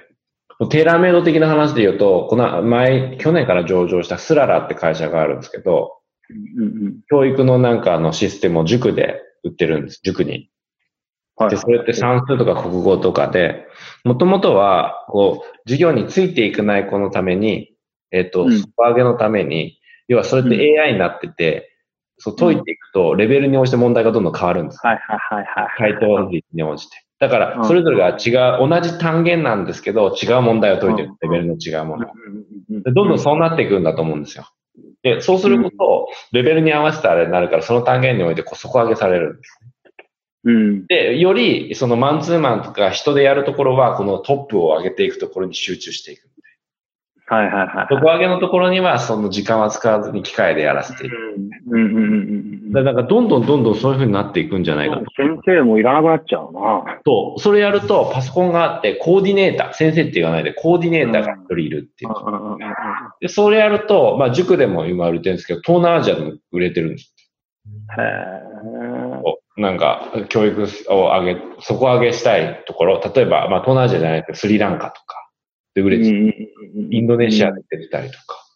テーラーメイド的な話で言うと、この前、去年から上場したスララって会社があるんですけど、
うんうん
教育のなんかあのシステムを塾で売ってるんです、塾に。
はい
で、それって算数とか国語とかで、もともとは、こう、授業についていくない子のために、えっ、と、
うん
底上げのために、要はそれって AI になってて、そう解いていくと、レベルに応じて問題がどんどん変わるんです。
はいはいはいはい。
回答率に応じて。だか
う
ら、
ん
それぞれが違う、同じ単元なんですけど、違う問題を解いてる。レベルの違うもの。
うん
でどんどんそうなっていくんだと思うんですよ。で、そうすること、レベルに合わせたあれになるから、その単元においてこう底上げされるんです。
うん。
で、より、そのマンツーマンとか人でやるところは、このトップを上げていくところに集中していく。
はいはいはい。
底上げのところには、その時間は使わずに機械でやらせていく。
うんうんうんうんう
だ
ん。
だから、どんどんどんどんそういう風になっていくんじゃないかと。
先生もいらなくなっちゃうな。
と、それやると、パソコンがあって、コーディネーター、先生って言わないで、コーディネーターが一人いるっていう。で、それやると、まあ、塾でも今売れてるんですけど、東南アジアでも売れてるんです
へ
よ。なんか、教育を上げ、底上げしたいところ、例えば、まあ、東南アジアじゃないけど、スリランカとか、で売れてる。
え。
インドネシアで出てたりとか。うん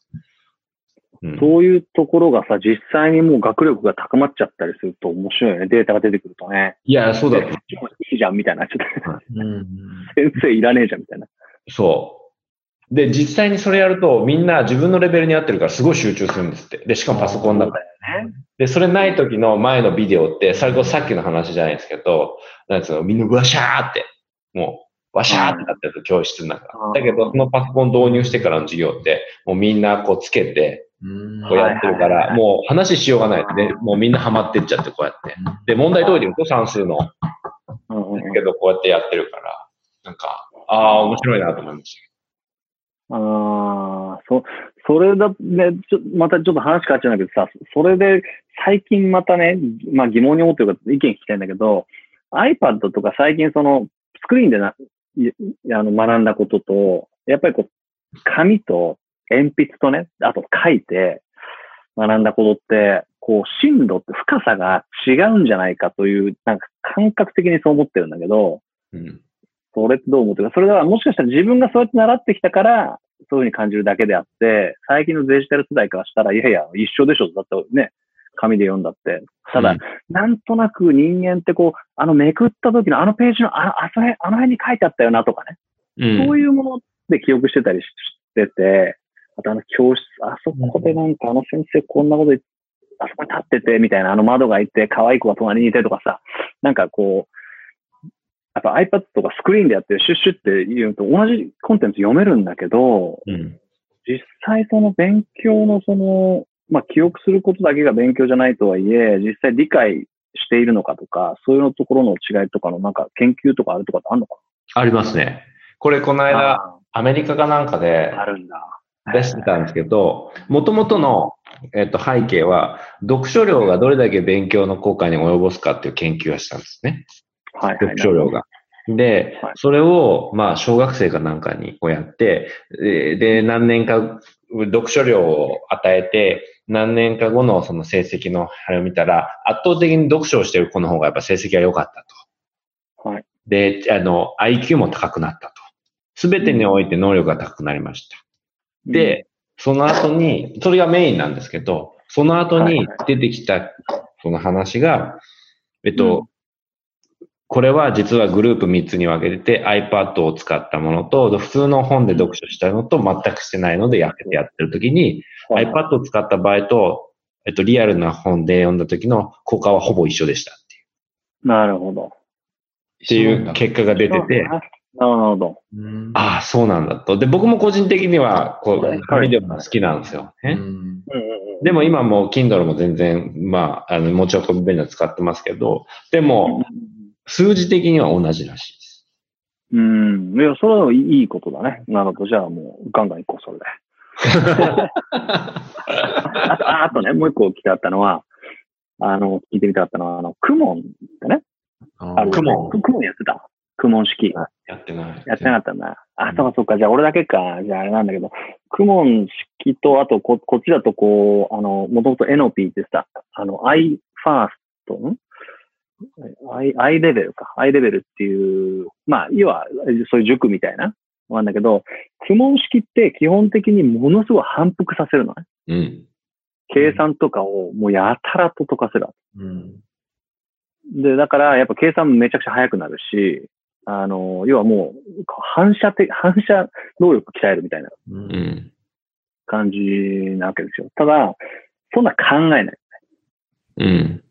そういうところがさ、実際にもう学力が高まっちゃったりすると面白いよね。データが出てくるとね。
いや、そうだと思
いいじゃんみたいな。ちょっ
うん。
と先生いらねえじゃんみたいな。
う。そう。で、実際にそれやると、みんな自分のレベルに合ってるから、すごい集中するんですって。で、しかもパソコンだから。で、それない時の前のビデオって、最後さっきの話じゃないですけど、なんつうの、みんなわしゃーって、もう、わしゃーってなってる教室の中
うん。
だけど、そのパソコン導入してからの授業って、もうみんなこうつけて、
うん
こうやってるか
はいはい
ら、もう話しようがないで、もうみんなハマってっちゃって、こうやって。で、問題解いてると算数の。だけど、こうやってやってるから、なんか、ああ、面白いなと思いまし
ああ、そ、それだ、ね、ちょ、またちょっと話変わっちゃうんだけどさ、それで最近またね、まあ疑問に思ってるから意見聞きたいんだけど、 iPad とか最近その、スクリーンでないあの学んだことと、やっぱりこう、紙と鉛筆とね、あと書いて学んだことって、こう、深度って深さが違うんじゃないかという、なんか感覚的にそう思ってるんだけど、
うん。
それってどう思ってるか、それはもしかしたら自分がそうやって習ってきたから、そういうふうに感じるだけであって、最近のデジタル世代からしたら、いやいや、一緒でしょ。だってね、紙で読んだって。ただ、うん、なんとなく人間ってこう、あのめくった時のあのページのあの、あそれ、あの辺に書いてあったよなとかね。うん、そういうもので記憶してたりしてて、あとあの教室、あそこでなんかあの先生こんなことあそこに立っててみたいな、あの窓がいて、可愛い子が隣にいてとかさ、なんかこう、やっぱ iPad とかスクリーンでやってシュッシュって言うと同じコンテンツ読めるんだけど、
うん、
実際その勉強のその、まあ記憶することだけが勉強じゃないとはいえ、実際理解しているのかとか、そういうところの違いとかのなんか研究とかあるとかってあるのか
ありますね。これこの間、アメリカかなんかで、
あるんだ。
出してたんですけど、もともとの、えっと、背景は、読書量がどれだけ勉強の効果に及ぼすかっていう研究をしたんですね。
はい、はい、
読書量が。で、はい、それを、まあ、小学生かなんかにこうやって、で、何年か、読書量を与えて、何年か後のその成績のあれを見たら、圧倒的に読書をしている子の方がやっぱ成績が良かった
と。はい。。
で、あの、IQ も高くなったと。すべてにおいて能力が高くなりました。で、その後に、それがメインなんですけど、その後に出てきた、その話が、えっと、これは実はグループ3つに分けてて iPad を使ったものと、普通の本で読書したのと全くしてないのでやってやってる時に、iPad を使った場合と、えっと、リアルな本で読んだ時の効果はほぼ一緒でしたっていう
なるほど。
っていう結果が出てて、
なるほど。
ああ、そうなんだと。で、僕も個人的には、こう、紙でも好きなんですよ、ね。でも今もう Kindle も全然、まあ、あの、持ち運び便利な使ってますけど、でも、数字的には同じらしいです。
うん。いや、それはいいことだね。なるほど。じゃあもう、ガンガン行こう、それで。あと、あとね、もう一個聞きたかったのは、あの、聞いてみたかったのは、あの、クモンってね。
あの、クモ
ン。クモンやってた。クモン式。
やってない。
やってなかったんだ。あ、そうかそうか。じゃあ俺だけか。じゃああれなんだけど、クモン式と、あとこ、こっちだとこう、あの、もともとエノピーってさ、あの、アイファースト、んアイ、アイレベルか。アイレベルっていう、まあ、要は、そういう塾みたいな。なんだけど、クモン式って基本的にものすごい反復させるのね。
うん。
計算とかをもうやたらと解かせる。
うん。
で、だから、やっぱ計算めちゃくちゃ速くなるし、あの、要はもう、反射的、反射能力鍛えるみたいな感じなわけですよ。ただ、そんな考えない、ね。
うん。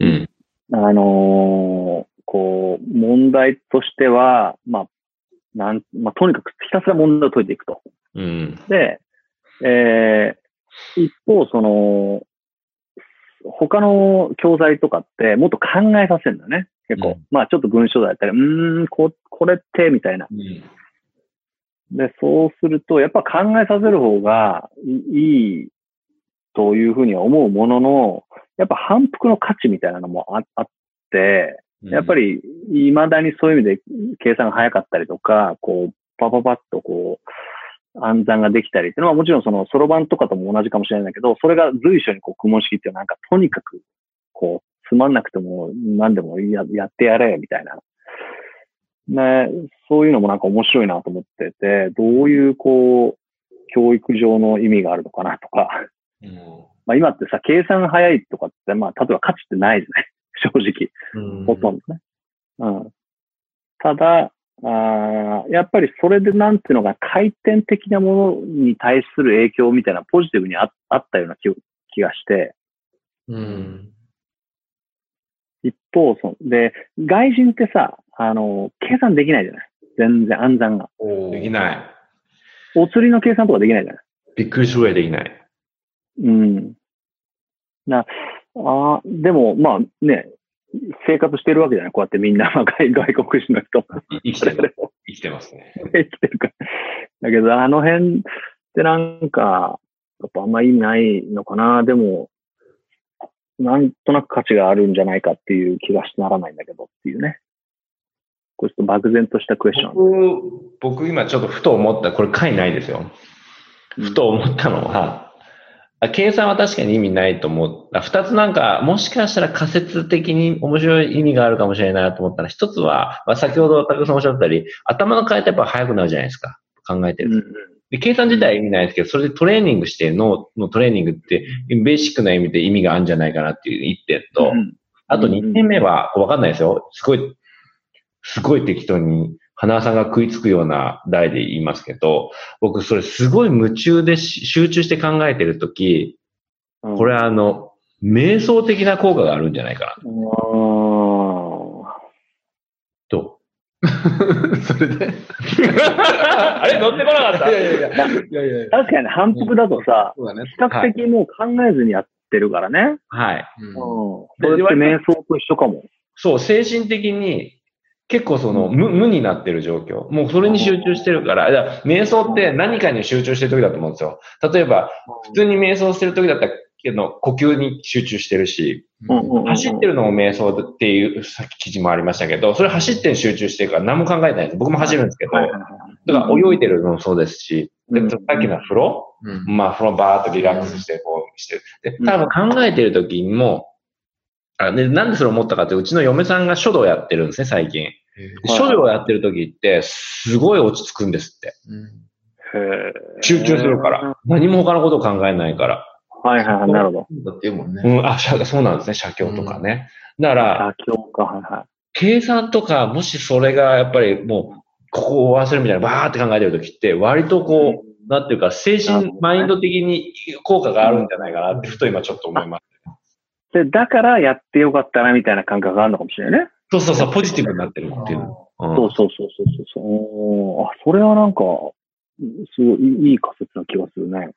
うん。
あのー、こう、問題としては、まあ、なん、まあ、とにかくひたすら問題を解いていくと。
うん。
で、えー、一方、その、他の教材とかってもっと考えさせるんだよね。結構、うん、まあちょっと文章だったり、うーん、こ、これって、みたいな。
うん、
で、そうすると、やっぱ考えさせる方がいいというふうには思うものの、やっぱ反復の価値みたいなのもあって、やっぱり、未だにそういう意味で計算が早かったりとか、こう、パパパッとこう、暗算ができたりっていうのはもちろんその、そろばんとかとも同じかもしれないんだけど、それが随所にこう、雲式っていうなんか、とにかく、こう、つまんなくても何でもやってやれ、みたいな。ね、そういうのもなんか面白いなと思ってて、どういうこう、教育上の意味があるのかなとか。
うん、
まあ今ってさ、計算早いとかって、まあ例えば価値ってない じゃない正
直。うん、
ほとんどね。うん。ただ、あやっぱりそれでなんていうのが回転的なものに対する影響みたいなポジティブにああったような気気がして、
うん、
一方そ、で、外人ってさ、あの、計算できないじゃない全然暗算が。
できない。
お釣りの計算とかできないじゃない
びっくりするぐらいできない。
うん。な、あでも、まあね、生活してるわけじゃないこうやってみんな、まあ、外国人の人。
生きてる。生きてますね。
生きてるから。だけど、あの辺ってなんか、やっぱあんま意味ないのかな。でも、なんとなく価値があるんじゃないかっていう気がしならないんだけどっていうね。これちょっと漠然としたクエスチョン。
僕、僕今ちょっとふと思った、これ回ないですよ。ふと思ったのは、あ計算は確かに意味ないと思った。二つなんか、もしかしたら仮説的に面白い意味があるかもしれないなと思ったら、一つは、まあ、先ほど拓さんおっしゃったり、頭の回転やっぱ速くなるじゃないですか。考えてると。で、計算自体は意味ないですけど、それでトレーニングして脳のトレーニングって、ベーシックな意味で意味があるんじゃないかなっていう一点と、あと2点目は、わかんないですよ。すごい、すごい適当に、花輪さんが食いつくような題で言いますけど、僕それすごい夢中でし集中して考えてるとき、
うん
これはあの、瞑想的な効果があるんじゃないかな、
うんあ
と。
それで。
あれ乗ってこなかっ
いやいやいや。いやいやい
ー
や。
確かに反復だとさ、
そうだね。
比較的もう考えずにやってるからね。
はい。
うん
うん。それって瞑想と一緒かも。
そう、精神的に結構その無無になってる状況。もうそれに集中してるから、だから瞑想って何かに集中してる時だと思うんですよ。例えば、普通に瞑想してる時だったら、けど呼吸に集中してるし、
うんうんうん
走ってるのも瞑想っていうさっき記事もありましたけど、それ走ってる集中してるから何も考えてないです。僕も走るんですけど、
はい
だ
はい
から泳いでるのもそうですし、で
うん
さっきの風呂、
うん
まあ、そのバーっとリラックスして、こうして。で、
うん
多分考えてる時にも、あで、なんでそれ思ったかって、うちの嫁さんが書道やってるんですね、最近。で
はい
書道やってる時って、すごい落ち着くんですって。
うん
へー
集中するから。何も他のことを考えないから。
はいはいはい、なるほど。
だって言うもん
う
ね。
ん、あ、写そうなんですね、写経とかね。だから、
あ、今日か、はいは
計算とか、もしそれがやっぱりもう、ここを忘れるみたいな、バーって考えてる時って、割と
い。
こう、なんていうか、
な
精
る
神
ほどね、
マインド的に効果があるんじゃないかなって、ふと今ちょっと思いました
で、だからやってよかったなみたいな感覚があるのかもしれないね。
そうそうそう、ポジティブになってるっていうの。うん
そうそうそうそうそうそうおー。あ、それはなんか、すごいいい仮説な気がするね。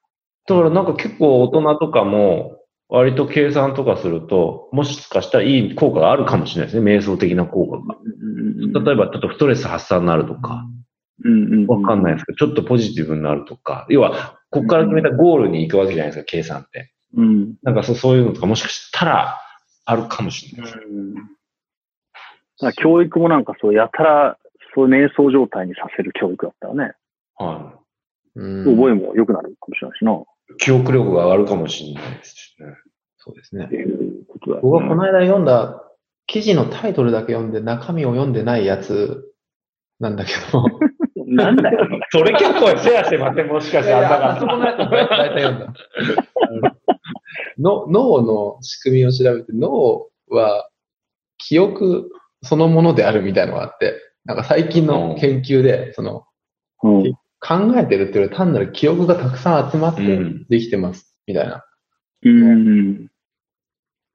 だからなんか結構大人とかも、割と計算とかすると、もしかしたらいい効果があるかもしれないですね。瞑想的な効果が。例えば、ちょっとストレス発散になるとか、
うんうん、。
わかんないですすけど、ちょっとポジティブになるとか、要は、ここから決めたゴールに行くわけじゃないですか、計算って。
うん。
なんかそうそういうのとか、もしかしたら、あるかもしれないです。
だから教育もなんかそう、やたら、そういう瞑想状態にさせる教育だったらね、
は
うん
覚えも良くなるかもしれないしな、っ
い。記憶力が上がるかもしれないですしね。
そうですね
て。いうことだよね、
僕はこの間読んだ、記事のタイトルだけ読んで中身を読んでないやつなんだけど。
なんだよ。
それ結構シェアしてません、もしかしたら。
あそこのやつ大体読んだ。 の脳の仕組みを調べて、脳は記憶そのものであるみたいなのがあって、なんか最近の研究で、その
うん
考えてるっていうより単なる記憶がたくさん集まっ
う
て
ん。
できてます、みたいな。
うん。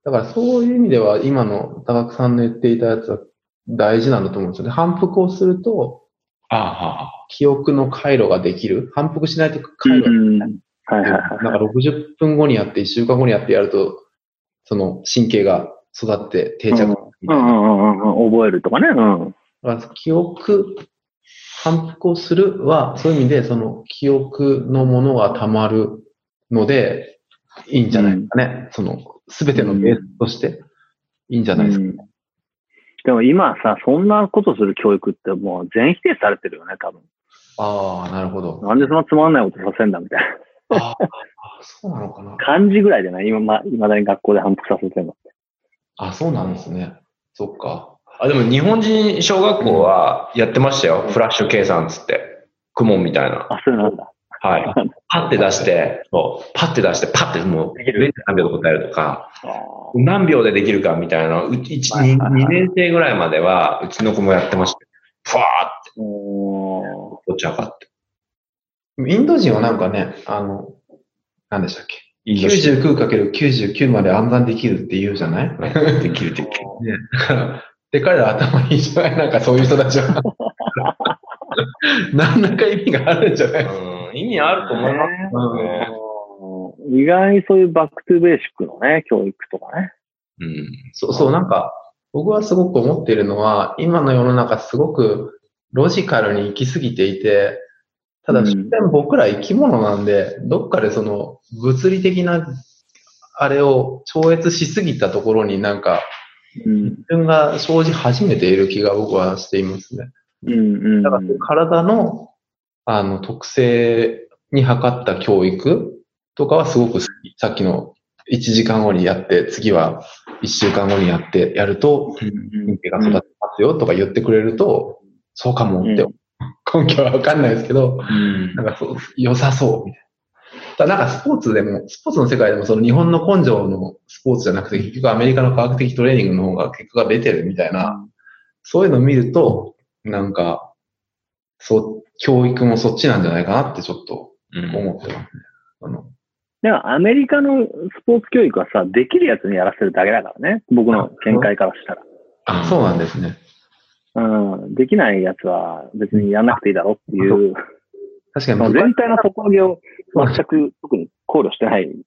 だからそういう意味では今の高久さんの言っていたやつは大事なんだと思うんですよね。反復をすると
ああ、
記憶の回路ができる。反復しないと回路が
うんはいはい
なん
は
か60分後にやって、1週間後にやってやると、その神経が育って定
い。
着。
うんうんうんうんうん、覚えるとかね。うん。
だから記憶、反復をするは、そういう意味で、その記憶のものが溜まるので、いいんじゃないですかね。その、すべてのベースとして、いいんじゃないですか。
うんでも今さ、そんなことする教育ってもう全否定されてるよね、多分。
ああ、なるほど。
なんでそんなつまんないことさせんだみたいな。
あーあ、そうなのかな。
漢字ぐらいじゃない今、ま、未だに学校で反復させてるの。
あそうなんですね。そっか。
あ、でも日本人小学校はやってましたよ。フラッシュ計算つって。クモンみたいな。
あ、そういうのなんだ。
はい。パッて出して、そうパッて出して、パッてもう、
できる
0.3秒で答えるとか、
あー
何秒でできるかみたいな、うち、
はいはい
2
はい
年生ぐらいまでは、うちの子もやってました。ふわーって
おー
落ち上がって。
インド人はなんかね、あの、なんでしたっけ
インド人
99×99 まで暗算できるって言うじゃない
できるできる。
で、彼ら頭いいじゃないなんかそういう人たちは。 何らか意味があるんじゃない
うん、意味あると思います
ね
よね。
うん意外にそういうバックトゥベーシックのね、教育とかね。
うん。
そうそう、なんか、僕はすごく思っているのは、今の世の中すごくロジカルに行き過ぎていて、た
う
だ、
ん
所詮僕ら生き物なんで、どっかでその物理的なあれを超越しすぎたところになんか、
うん。
自分が生じ始めている気が僕はしていますね。
うん。うん。
だからそういう体の、あの、特性に測った教育とかはすごく好き。さっきの1時間後にやって、次は1週間後にやって、やると、
うん
人間が育てますよとか言ってくれると、そうかもって、根拠はわかんないですけど、
うん
なんかそう、良さそう、みたいな。ただなんかスポーツでも、スポーツの世界でもその日本の根性のスポーツじゃなくて、結局アメリカの科学的トレーニングの方が結果が出てるみたいな、そういうのを見ると、なんか、そう、教育もそっちなんじゃないかなってちょっと思ってますね。あの、
でもアメリカのスポーツ教育はさ、できるやつにやらせるだけだからね。僕の見解からした
あ、そうなんですね。
ら。うん。できないやつは別にやんなくていいだろうっていう、
確か
そ
に
の
僕は
全体の底上げを全く特に考慮してない。
うん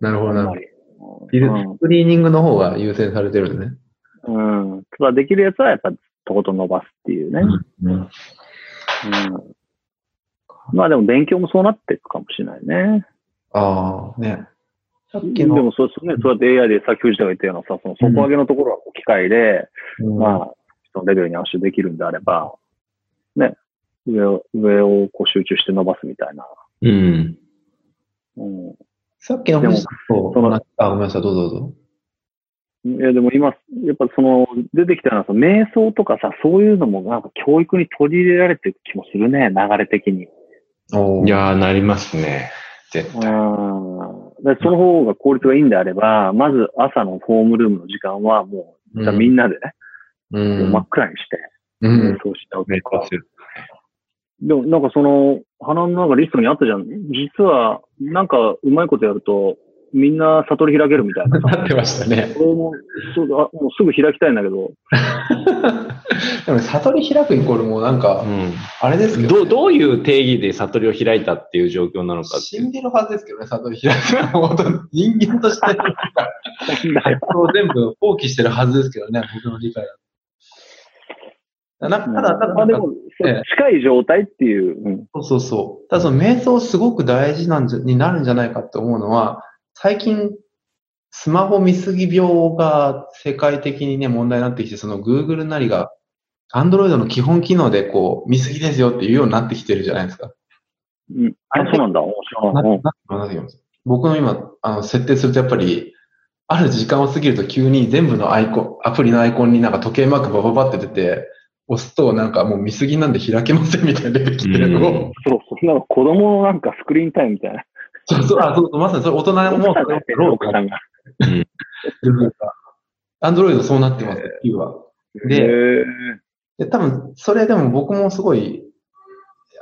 なるほど、
あ
なんる
ま
ほど。
り
フィルクリーニングの方が優先されてるんですね。
うん。うん。ただできるやつはやっぱとことん伸ばすっていうね。
うん。
うん。まあでも勉強もそうなっていくかもしれないね。
ああ、ね。さっ
で
きの、
もそうですね、そうやって AI でさっき藤田が言ったようなさ、その底上げのところは機械で、
うん
まあ、そのレベルに合わせてできるんであれば、ね、上を、上をこう集中して伸ばすみたいな。
うん。
うん。
さっきの
でも
藤田と
その
あ、ごめんなさい、どうぞどうぞ。
いや、でも今、やっぱその、出てきたのはその、瞑想とかさ、そういうのもなんか教育に取り入れられてる気もするね、流れ的に。
おー
いやー、なりますね。絶
うん。
対。
で、その方が効率がいいんであれば、まず朝のホームルームの時間はもう、じゃあみんなでね、
う
もうん真っ暗にして、
うん。
そうしちゃうと
めっち
か
ゃ。強い
でもなんかその、花の中リストにあったじゃん。実は、なんかうまいことやると、みんな悟り開けるみたい なさ。
なってましたね。
俺もそうあもうすぐ開きたいんだけど、
でもね、悟り開くイコールもうなんか、あれです
う
け
ん。
ど、
どう、どういう定義で悟りを開いたっていう状況なのかってい
死んでるはずですけどね、悟り開くのは本当に人間として、そを全部放棄してるはずですけどね、僕の理解だと。なんかただ、た
ま
だな
あ
ん
で
か、
も、
ええ
近い状態っていう、うん
そうそうそう。ただその瞑想すごく大事なんじゃ、になるんじゃないかって思うのは、最近、スマホ見すぎ病が世界的にね、問題になってきて、その Google なりが、Android の基本機能でこう、見すぎですよっていうようになってきてるじゃないですか。
うん。あ、そうなんだ、面
な
白い。
ななってきます僕の今、あの、設定するとやっぱり、ある時間を過ぎると急に全部のアイコン、アプリのアイコンになんか時計マークバババって出て、押すとなんかもう見すぎなんで開けませんみたいな出てきてるのを、
う
そう、そんなの子供のなんかスクリーンタイムみたいな。
そうそう、あ、そうそう、まさにそれ大人も
奥さん
そ
がや
れを
って
や
る
ろう
奥
か
さんが。
アンドロイドそうなってます、Q は。
へ
で、
え
で多分、それでも僕もすごい、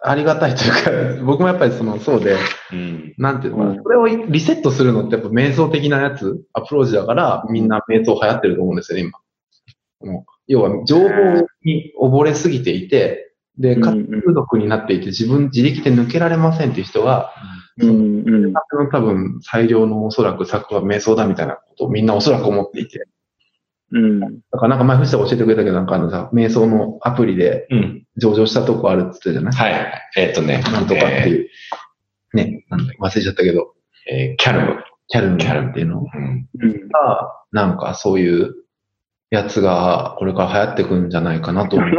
ありがたいというか、 僕もやっぱりその、そうで、
ん。
なんていうのかな、
うん
それをリセットするのってやっぱ瞑想的なやつ、アプローチだから、みんな瞑想流行ってると思うんですよね、今。もう要は、情報に溺れすぎていて、で、
うんう
か
ん
つ風俗になっていて、自分自力で抜けられませんっていう人が、
うんうん。
多分、最良のおそらく作は瞑想だみたいなことをみんなおそらく思っていて、
うん。
だからなんか前藤田が教えてくれたけど、なんかあのさ、瞑想のアプリで
うん。
上場したとこあるって言ってたじゃない
はい。えっ、とね。
なんとかっていう。ね、なんだっけ忘れちゃったけど、
えーえーキャルム。
キャルムキャルムっていうの
うん。
うん。
が、なんかそういうやつがこれから流行ってくんじゃないかなと思う。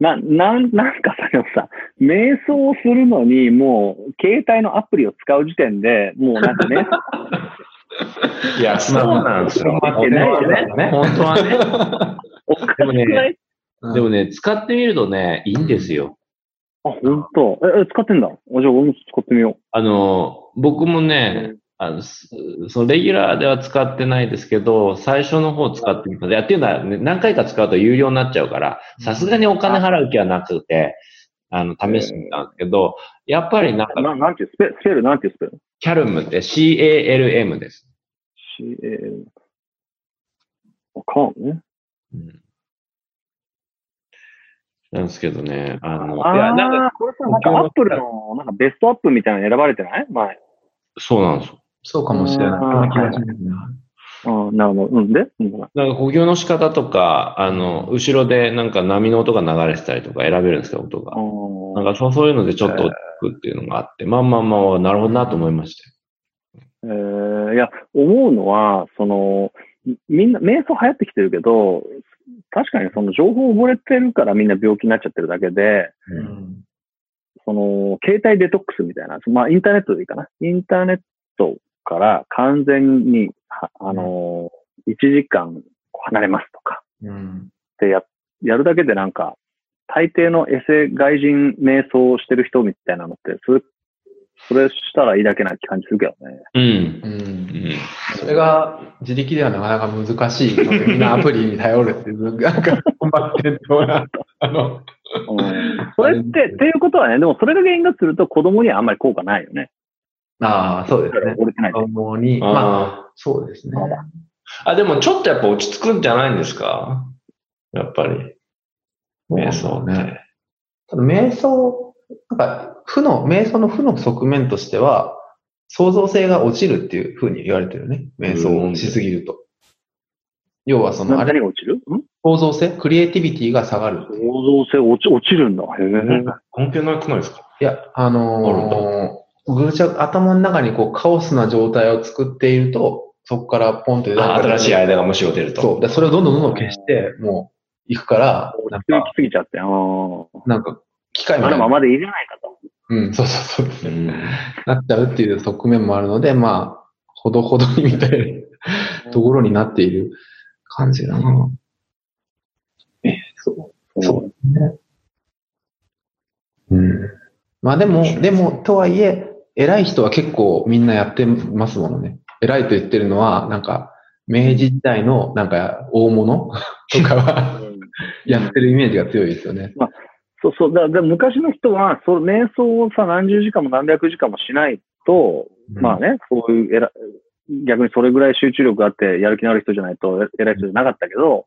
な、なん、なんかさ、でもさ、瞑想をするのに、もう、携帯のアプリを使う時点で、もうなんか ね、
いや、そうなんですよ。
まあまあ
ね
本当はね。
おかしく
でも
ない
ねでもね、使ってみるとね、いいんですよ。
あ、本当。え、え使ってんだ。あじゃあ俺も使ってみよ
あの、僕も
う。
ね、あの、すそのレギュラーでは使ってないですけど、最初の方使ってみた。いや、っていうのは、ね、何回か使うと有料になっちゃうから、さすがにお金払う気はなくて、あの、試してみたんですけど、やっぱりなんか、
ななんていうスペ、スペルなんていうスペル
キャルムって CALM です。
?C、えー、わかんね。
うんなんですけどね、あの、
あ
いや、なん
あ
か、
ー、これさ、なんかアップルの、なんかベストアップみたいなの選ばれてない前。
そうなんですよ。
そうかもしれない。
うん
そんな気がしますね
あなるほど。うんで、うん、
なんか呼吸の仕方とか、あの、後ろでなんか波の音が流れてたりとか選べるんですよ、音が。なんかそうそういうのでちょっと落ち着くっていうのがあって、まあまあまあ、なるほどなと思いましたよ
えーいや、思うのは、その、みんな、瞑想流行ってきてるけど、確かにその情報を溺れてるからみんな病気になっちゃってるだけで、
うん。
その、携帯デトックスみたいな、まあ、インターネットでいいかな。インターネットから完全に、はあのー、1時間離れますとか、
うん。
ってや、やるだけでなんか、大抵のエセ外人瞑想をしてる人みたいなのって、それ、それしたらいいだけな気感じするけどね。
うん。
う。
うんん。
それが自力ではなかなか難しいので、みんなアプリに頼るっていう、なんか、困ってんのが、あの、
うん。 それって、っていうことはね、でもそれが原因だとすると子供にはあんまり効果ないよね。
ああ、そうで
だ
す
から
ね。
折れてないと。
子供に、まあ、
あ
そうですね。
ーあ、でもちょっとやっぱ落ち着くんじゃないんですかやっぱり、瞑想
そう
っ
ですね。
て。
ただ瞑想、なんか、負の、瞑想の負の側面としては、創造性が落ちるっていうふうに言われてるね。瞑想をしすぎると。要はその、あ
何
れ、
が落ちるん
創造性、クリエイティビティが下がる。
構造性落ち落ちるんだ。へえ。
関係なくないですか
いや、あのーぐちゃ、頭の中にこう、カオスな状態を作っていると、そこからポンって出
あ新しい
い。
間がむしろ出ると。
そう。でそれをどんどんどんどん消して、もう、行くから、なん
強
か、
気すぎちゃって。あー
なんか、機械み
あ
たい
の
な
ま。までいいじゃないかと。
うん、そうそうそう。
うん。
なっちゃうっていう側面もあるので、まあ、ほどほどにみたいなところになっている感じだな。え、そう。そうね。うん。まあでも、でも、とはいえ、偉い人は結構みんなやってますものね。偉いと言ってるのは、なんか、明治時代のなんか大物とかはやってるイメージが強いですよね。
そうそう。だだ昔の人は、その瞑想をさ、何十時間も何百時間もしないと、まあね、そういうえら、逆にそれぐらい集中力があって、やる気のある人じゃないと、え偉い人じゃなかったけど、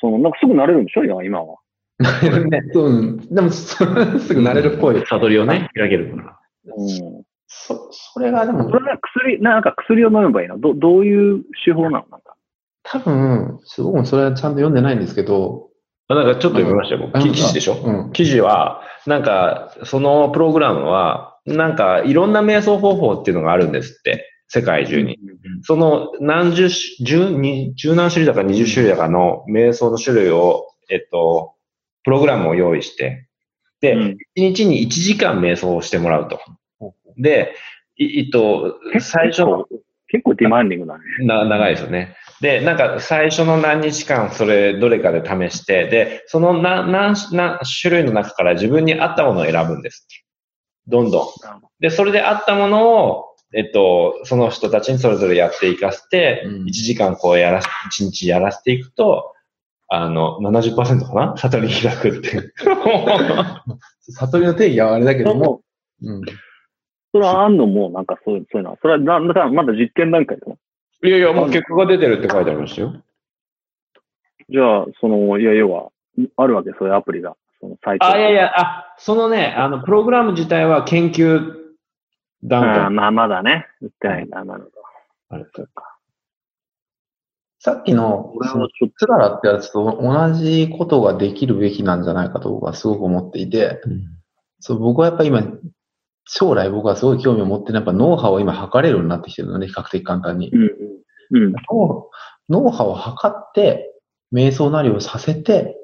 その、なんかすぐ慣れるんでしょ今今は。
ね。 そううん、でも、それすぐ慣れるっぽい。
悟りをね、開けるから。
うん。そ
そ、それがでも、
れは薬、なんか薬を飲めばいいのどどういう手法なのなんか。
多分、すごくそれはちゃんと読んでないんですけど、
あなんかちょっと読みましたよ、
あ
僕。記記事でしょ
うん。
記事は、なんか、そのプログラムは、なんか、いろんな瞑想方法っていうのがあるんですって。世界中に。その何十種、十、に十何種類だか二十種類だかの瞑想の種類を、えっと、プログラムを用意して、で、
うん
一日に1時間瞑想をしてもらうと
ほ。
で、いえっと、最初の、
結構ディマンディングだね。
な長いですよね。で、なんか最初の何日間それどれかで試して、で、その何何何種類の中から自分に合ったものを選ぶんですって。どんどん。で、それで合ったものを、えっと、その人たちにそれぞれやっていかせて、
うん
1時間こうやらし、1日やらせていくと、あの、70%かな悟り開くっていう。
悟りの定義はあれだけ
で
ども、
も、
うん。
それはあんのも、なんかそういう、そういうのは。それはな、なんだまだ実験段階だよ。
いやいや、もう結果が出てるって書いてありましたよ。
じゃあ、その、いや、要は、あるわけ、そういうアプリが。そのサイト
あ、いやいや、あ、そのね、あの、プログラム自体は研究段階
あーまあ、まだね。売ってないんだ、なる
あれ
ほど。
さっきの、
これは
その
ちょっ
つららってやつと同じことができるべきなんじゃないかと僕はすごく思っていて、そう僕はやっぱ今、将来僕はすごい興味を持ってるのはやっぱ脳波を今測れるようになってきてるのね、比較的簡単に
と。。うん。うん。
脳脳波を測って、瞑想なりをさせて、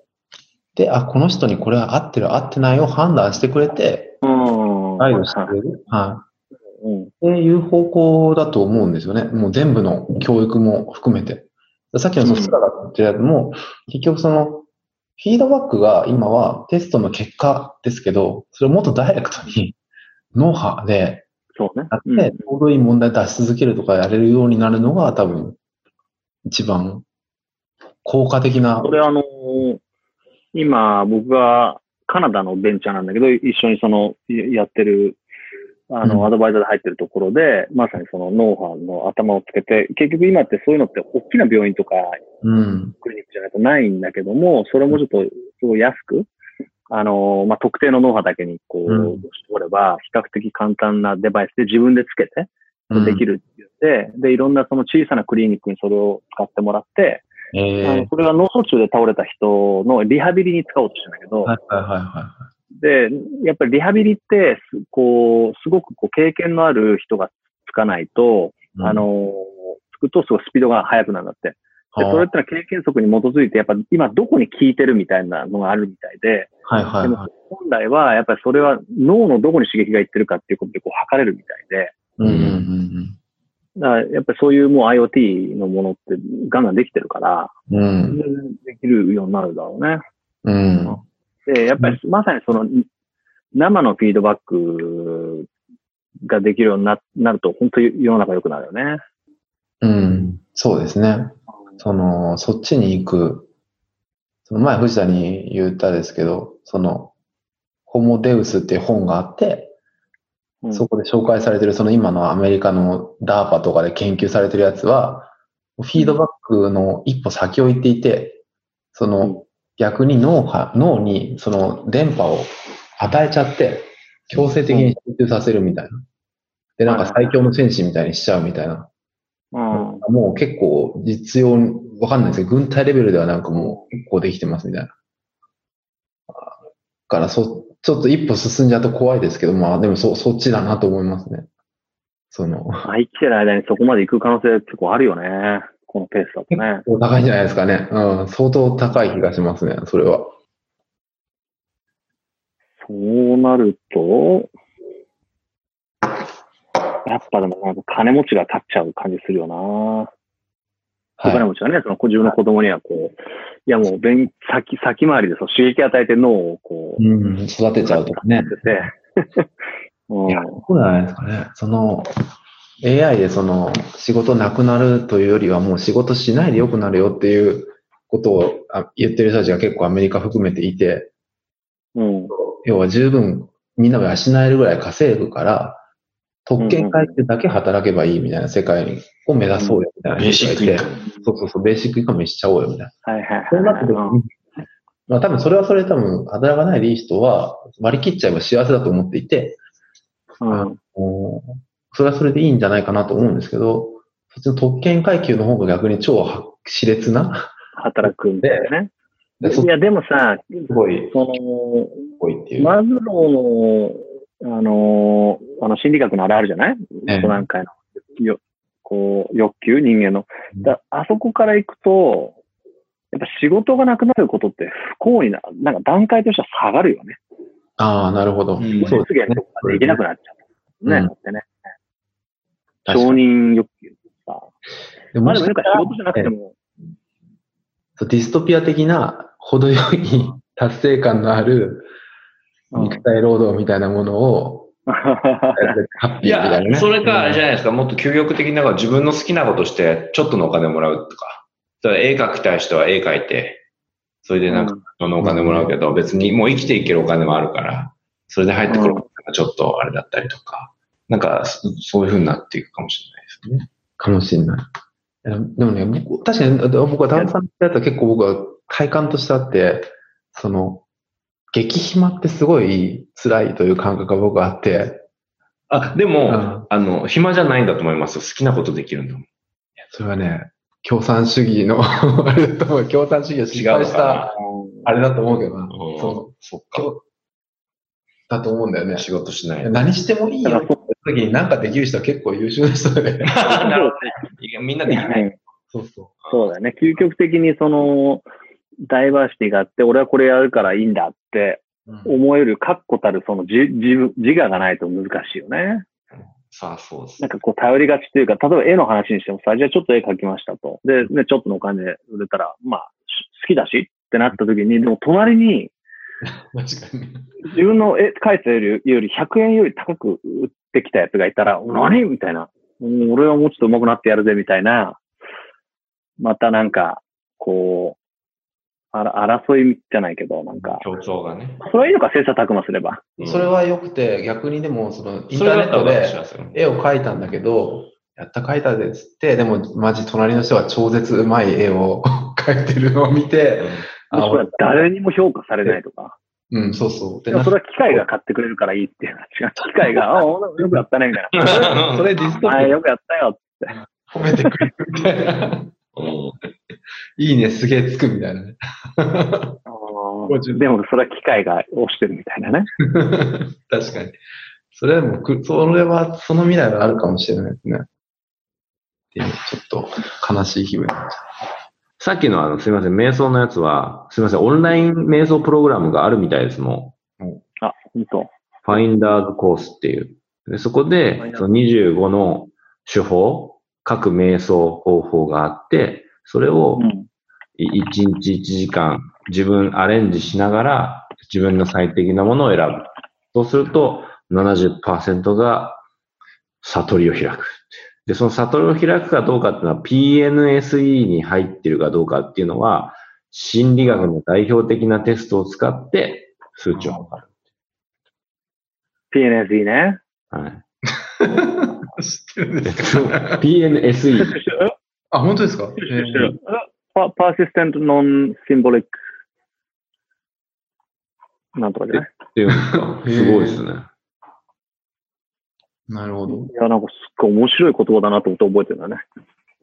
で、あ、この人にこれは合ってる、合ってないを判断してくれて、
うん。
配慮してくれる。はい。
うん。
っていう方向だと思うんですよね。もう全部の教育も含めて。さっきのその
うん
スララってやつも、結局その、フィードバックが今はテストの結果ですけど、それをもっとダイレクトに、脳波で
そうね
やっ。
うん
て、ちょうどいい問題出し続けるとかやれるようになるのが多分、一番効果的な
そ。れあのー今僕がカナダのベンチャーなんだけど、一緒にそのややってる、あ
う
の、
ん
アドバイザーで入ってるところで、まさにそのノウハウの頭をつけて、結局今ってそういうのって大きな病院とか
うん。
クリニックじゃないとないんだけども、それもちょっとすごい安く、あのーまあ、特定のノウハウだけにこう、
うん
絞れば、比較的簡単なデバイスで自分でつけて、
うん
できるって言って、で、いろんなその小さなクリニックにそれを使ってもらって、
え
あの
え
それが脳卒中で倒れた人のリハビリに使おうとしてんだけど、
はいはいはいは
で、やっぱりリハビリってす、こう、すごくこう経験のある人がつかないと、あのー、つくとすごいスピードが速くなるんだって。で、それってのは経験則に基づいて、やっぱ今どこに効いてるみたいなのがあるみたいで、
はいはい
でも
はい。
本来はやっぱりそれは脳のどこに刺激がいってるかっていうことでこう測れるみたいで、
うんうんうん
だからやっぱりそういうもう IoT のものってガンガンできてるから、
うん。うん。
できるようになるだろうね。
うん。
で、やっぱりまさにその生のフィードバックができるようにななると、本当に世の中良くなるよね。
うん、そうですね。その、そっちに行く、その前藤田に言ったですけど、その、ホモデウスっていう本があって、
うん
そこで紹介されてる、その今のアメリカの DARPA とかで研究されてるやつは、フィードバックの一歩先を行っていて、そ
うん
の、逆に脳が、脳にその電波を与えちゃって、強制的に集中させるみたいな。で、なんか最強の戦士みたいにしちゃうみたいな。
うん。
もう結構実用に、わかんないですけど、軍隊レベルではなんかもう結構できてますみたいな。だからそ、ちょっと一歩進んじゃうと怖いですけど、まあでもそ、そっちだなと思いますね。その、
まあ生きてる間にそこまで行く可能性結構あるよね。このペースだとね。
お高いんじゃないですかね。うん、相当高い気がしますね、それは。
そうなると、やっぱでもなんか金持ちが立っちゃう感じするよな。お金
は
持ちはね、その自分の子供にはこう、いやもう勉先、先回りでそう刺激与えて脳をこ
い。うん、育てちゃうとかね
う、。やってて。 うん
いや、そうじゃないですかね。その、AI でその、仕事なくなるというよりは、もう仕事しないでよくなるよっていうことをあ言ってる人たちが結構アメリカ含めていて、
うん。
要は十分みんなが養えるぐらい稼ぐから、特権階級だけ働けばいいみたいな世界を目指そうよみたいな。
ベーシックインカム。
そうそうそう、ベーシックインカムにしちゃおうよみたいな。
はいはいはい。
そうなってくる
うん
まあ多分それはそれで多分働かないでいい人は割り切っちゃえば幸せだと思っていて、
うん。
おーそれはそれでいいんじゃないかなと思うんですけど、そっちの特権階級の方が逆に超は熾烈な、
働くんだよね。
でそ
いや、でもさ、
すごい、
その、
多いっていう。
マズローの、あのー、あの心理学のあれあるじゃない
ええ
5段階の。よこう、欲求、人間の
うん。
だあそこから行くと、やっぱ仕事がなくなることって不幸にな、なんか段階としては下がるよね。
ああ、なるほど。
うん
そう
実
です
現
ね
とかできなくなっちゃう。ね、
うん
だってね。
確
承
かに。
認欲求とか。
で
まあ
も
で
し
もなんか
かしたら
仕事じゃなくても、
そうディストピア的な程よい達成感のある
うん
肉体労働みたいなものを、ハッ
い
ピーみた
や
いな、ね。
それか、あれじ
ゃ
ゃないですか、もっと究極的なのが自分の好きなことして、ちょっとのお金もらうとか。だから絵描きたい人は絵描いて、それでなんか、そのお金もらうけど、別にもう生きていけるお金もあるから、それで入ってくるお金がちょっとあれだったりとか、なんか、そそういう風になっていくかもしれないですね。
かもしれない。いやでもね、僕、確かに、あ僕は炭酸ってやつは結構僕は体感としてあって、その、激暇ってすごい辛いという感覚が僕はあって、
あ、で
う
も、
ん
あの、暇じゃないんだと思いますよ。好きなことできるんだもん。
それはね、共産主義の、 あれだと思う共産主義を失敗した、あれだと思うけどな。
うん
そ
そっ
う
か。
共。だと思うんだよね。
仕事しない。
何してもいい
だか
よ
ら
って時に何かできる人は結構優秀な人で。
なるほどねいやみんなできない。
そうそ
そうだよね。究極的にその、ダイバーシティがあって、俺はこれやるからいいんだって
う。
思える確固たるその自自自我がないと難しいよね。
さあ、そうです
なん。かこう頼りがちというか、例えば絵の話にしてもさ、じゃあちょっと絵描きましたと。で、ね、ちょっとのお金で売れたら、まあ、し好きだしってなった時に、でも隣に
確かに。
自分の絵描いたよりより100円より高く売ってきたやつがいたら、何みたいな。もう俺はもうちょっと上手くなってやるぜみたいな。またなんか、こう、あら争いじゃないけど、なんか、
競争がね。
それはいいのか、切磋琢磨すれば。
うん
それ、は良くて、逆にでも、その、イン
そ
タ
れ
ーネ
だっ
ッ
たら
ト
私
で
はそれ
絵を描いたんだけど、やった描いたでっつって、でも、マジ隣の人は超絶うまい絵を 描いてるのを見て、
もしくは誰にも評価されないとか。
うん、そうそう。
で
で
も
な
それは機械が買ってくれるからいいっていう話が、機械が、ああ、よくやったね、みたい な。
それディストピ
ああ、
ア
よくやったよ。
褒めてくれるみたいな。
うん
いいね、すげえつくみたいなね。50
でも、それは機械が押してるみたいなね。
確かに。それはもうく、それは、その未来があるかもしれないですね。っていう、ちょっと悲しい気分。
さっきのあの、すいません、瞑想のやつは、すいません、オンライン瞑想プログラムがあるみたいですも
あ、ほんと。
ん。ファインダーズコースっていう。でそこで、その25の手法、各瞑想方法があって、それを
うん。
1日1時間自分アレンジしながら自分の最適なものを選ぶ。そうすると70%が悟りを開く。で、その悟りを開くかどうかっていうのは PNSE に入ってるかどうかっていうのは心理学の代表的なテストを使って数値を測
PNSE ね。
る。はい、
知ってるんです
PNSE。
あ、本当ですか、
知ってるパパーシステント・ノン・シンボリック。なんとかじゃない
っていうんですか。
へー
すごいですね。
なるほど。
いや、なんかすっごい面白い言葉だなと思って覚えてるんだね。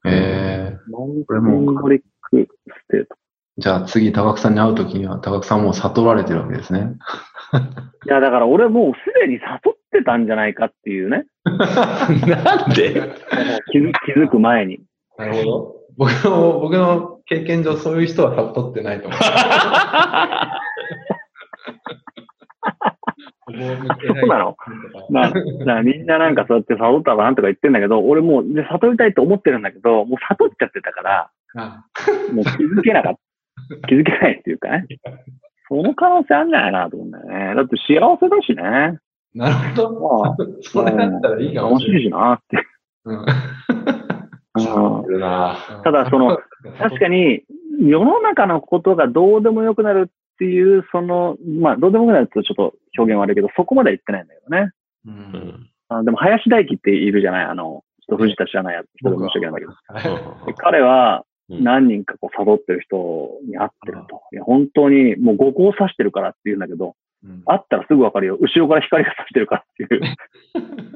え
ノン・
これ
シ
も
ン
う
ボリック・ステート。
ー、じゃあ次、高久さんに会うときには、高久さんもう悟られてるわけですね。
いや、だから俺もうすでに悟ってたんじゃないかっていうね。
なんで
気づ気づく前に。
なるほど。僕の、僕の経験上、そういう人は悟ってないと思う。
そうなの まあ、だからみんななんかそうやって悟ったらなんとか言ってんだけど、俺もうで悟りたいと思ってるんだけど、もう悟っちゃってたから、
あ
もう気づけなかっ た。気づけないっていうかね。その可能性あんないなと思うんだよね。だって幸せだしね。
なるほど。
ま
それだったらいい
あ、
かも
楽
し
し
れない
いしなって。
うん。
うん
いるな
ただその、確かに世の中のことがどうでもよくなるっていう、その、まあ、どうでもよくなるってちょっと表現悪いけど、そこまでは言ってないんだけどね。
う。
うんん
あでも、林大輝っているじゃないあの、ちょっと藤田知らないやつ、人で申し訳ないんだけど。で彼は
うん
何人かこう悟ってる人に会ってると。いや、本当にもう五光差してるからって言うんだけど、
うん
会ったらすぐわかるよ。後ろから光が差してるからって いう。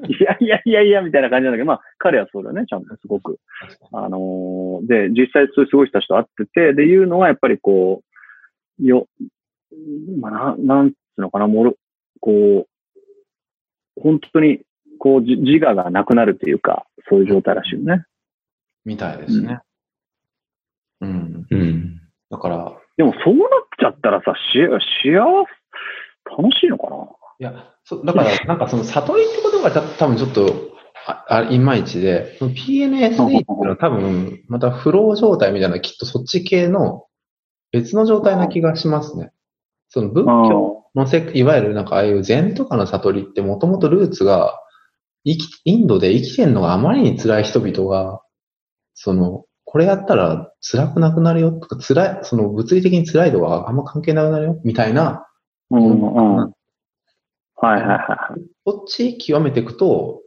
いやいやいやいや、みたいな感じなんだけど、まあ、彼はそうだよね、ちゃんとすごく。あのーで、実際そういうすごい人たちと会ってて、で、言うのはやっぱりこう、よ、まあ、なん、なんつうのかな、もろ、こう、本当に、こう、じ自我がなくなるというか、そういう状態らしいよね。
みたいですね。うん。
うん。
だから、
でもそうなっちゃったらさ、し、幸せ、楽しいのかない
や、そだから、なんかその悟りって言葉がた多分ちょっと、あ、あいまいちで、その PNSD っていうのは多分、またフロー状態みたいな、きっとそっち系の別の状態な気がしますね。その仏教のせ、いわゆるなんかああいう禅とかの悟りってもともとルーツが、生き、インドで生きてんのがあまりに辛い人々が、その、これやったら辛くなくなるよとか、辛い、その物理的に辛いとかあんま関係なくなるよみたいな、
うん、うん、うん。はい
こ
はいは
っち極めていくと、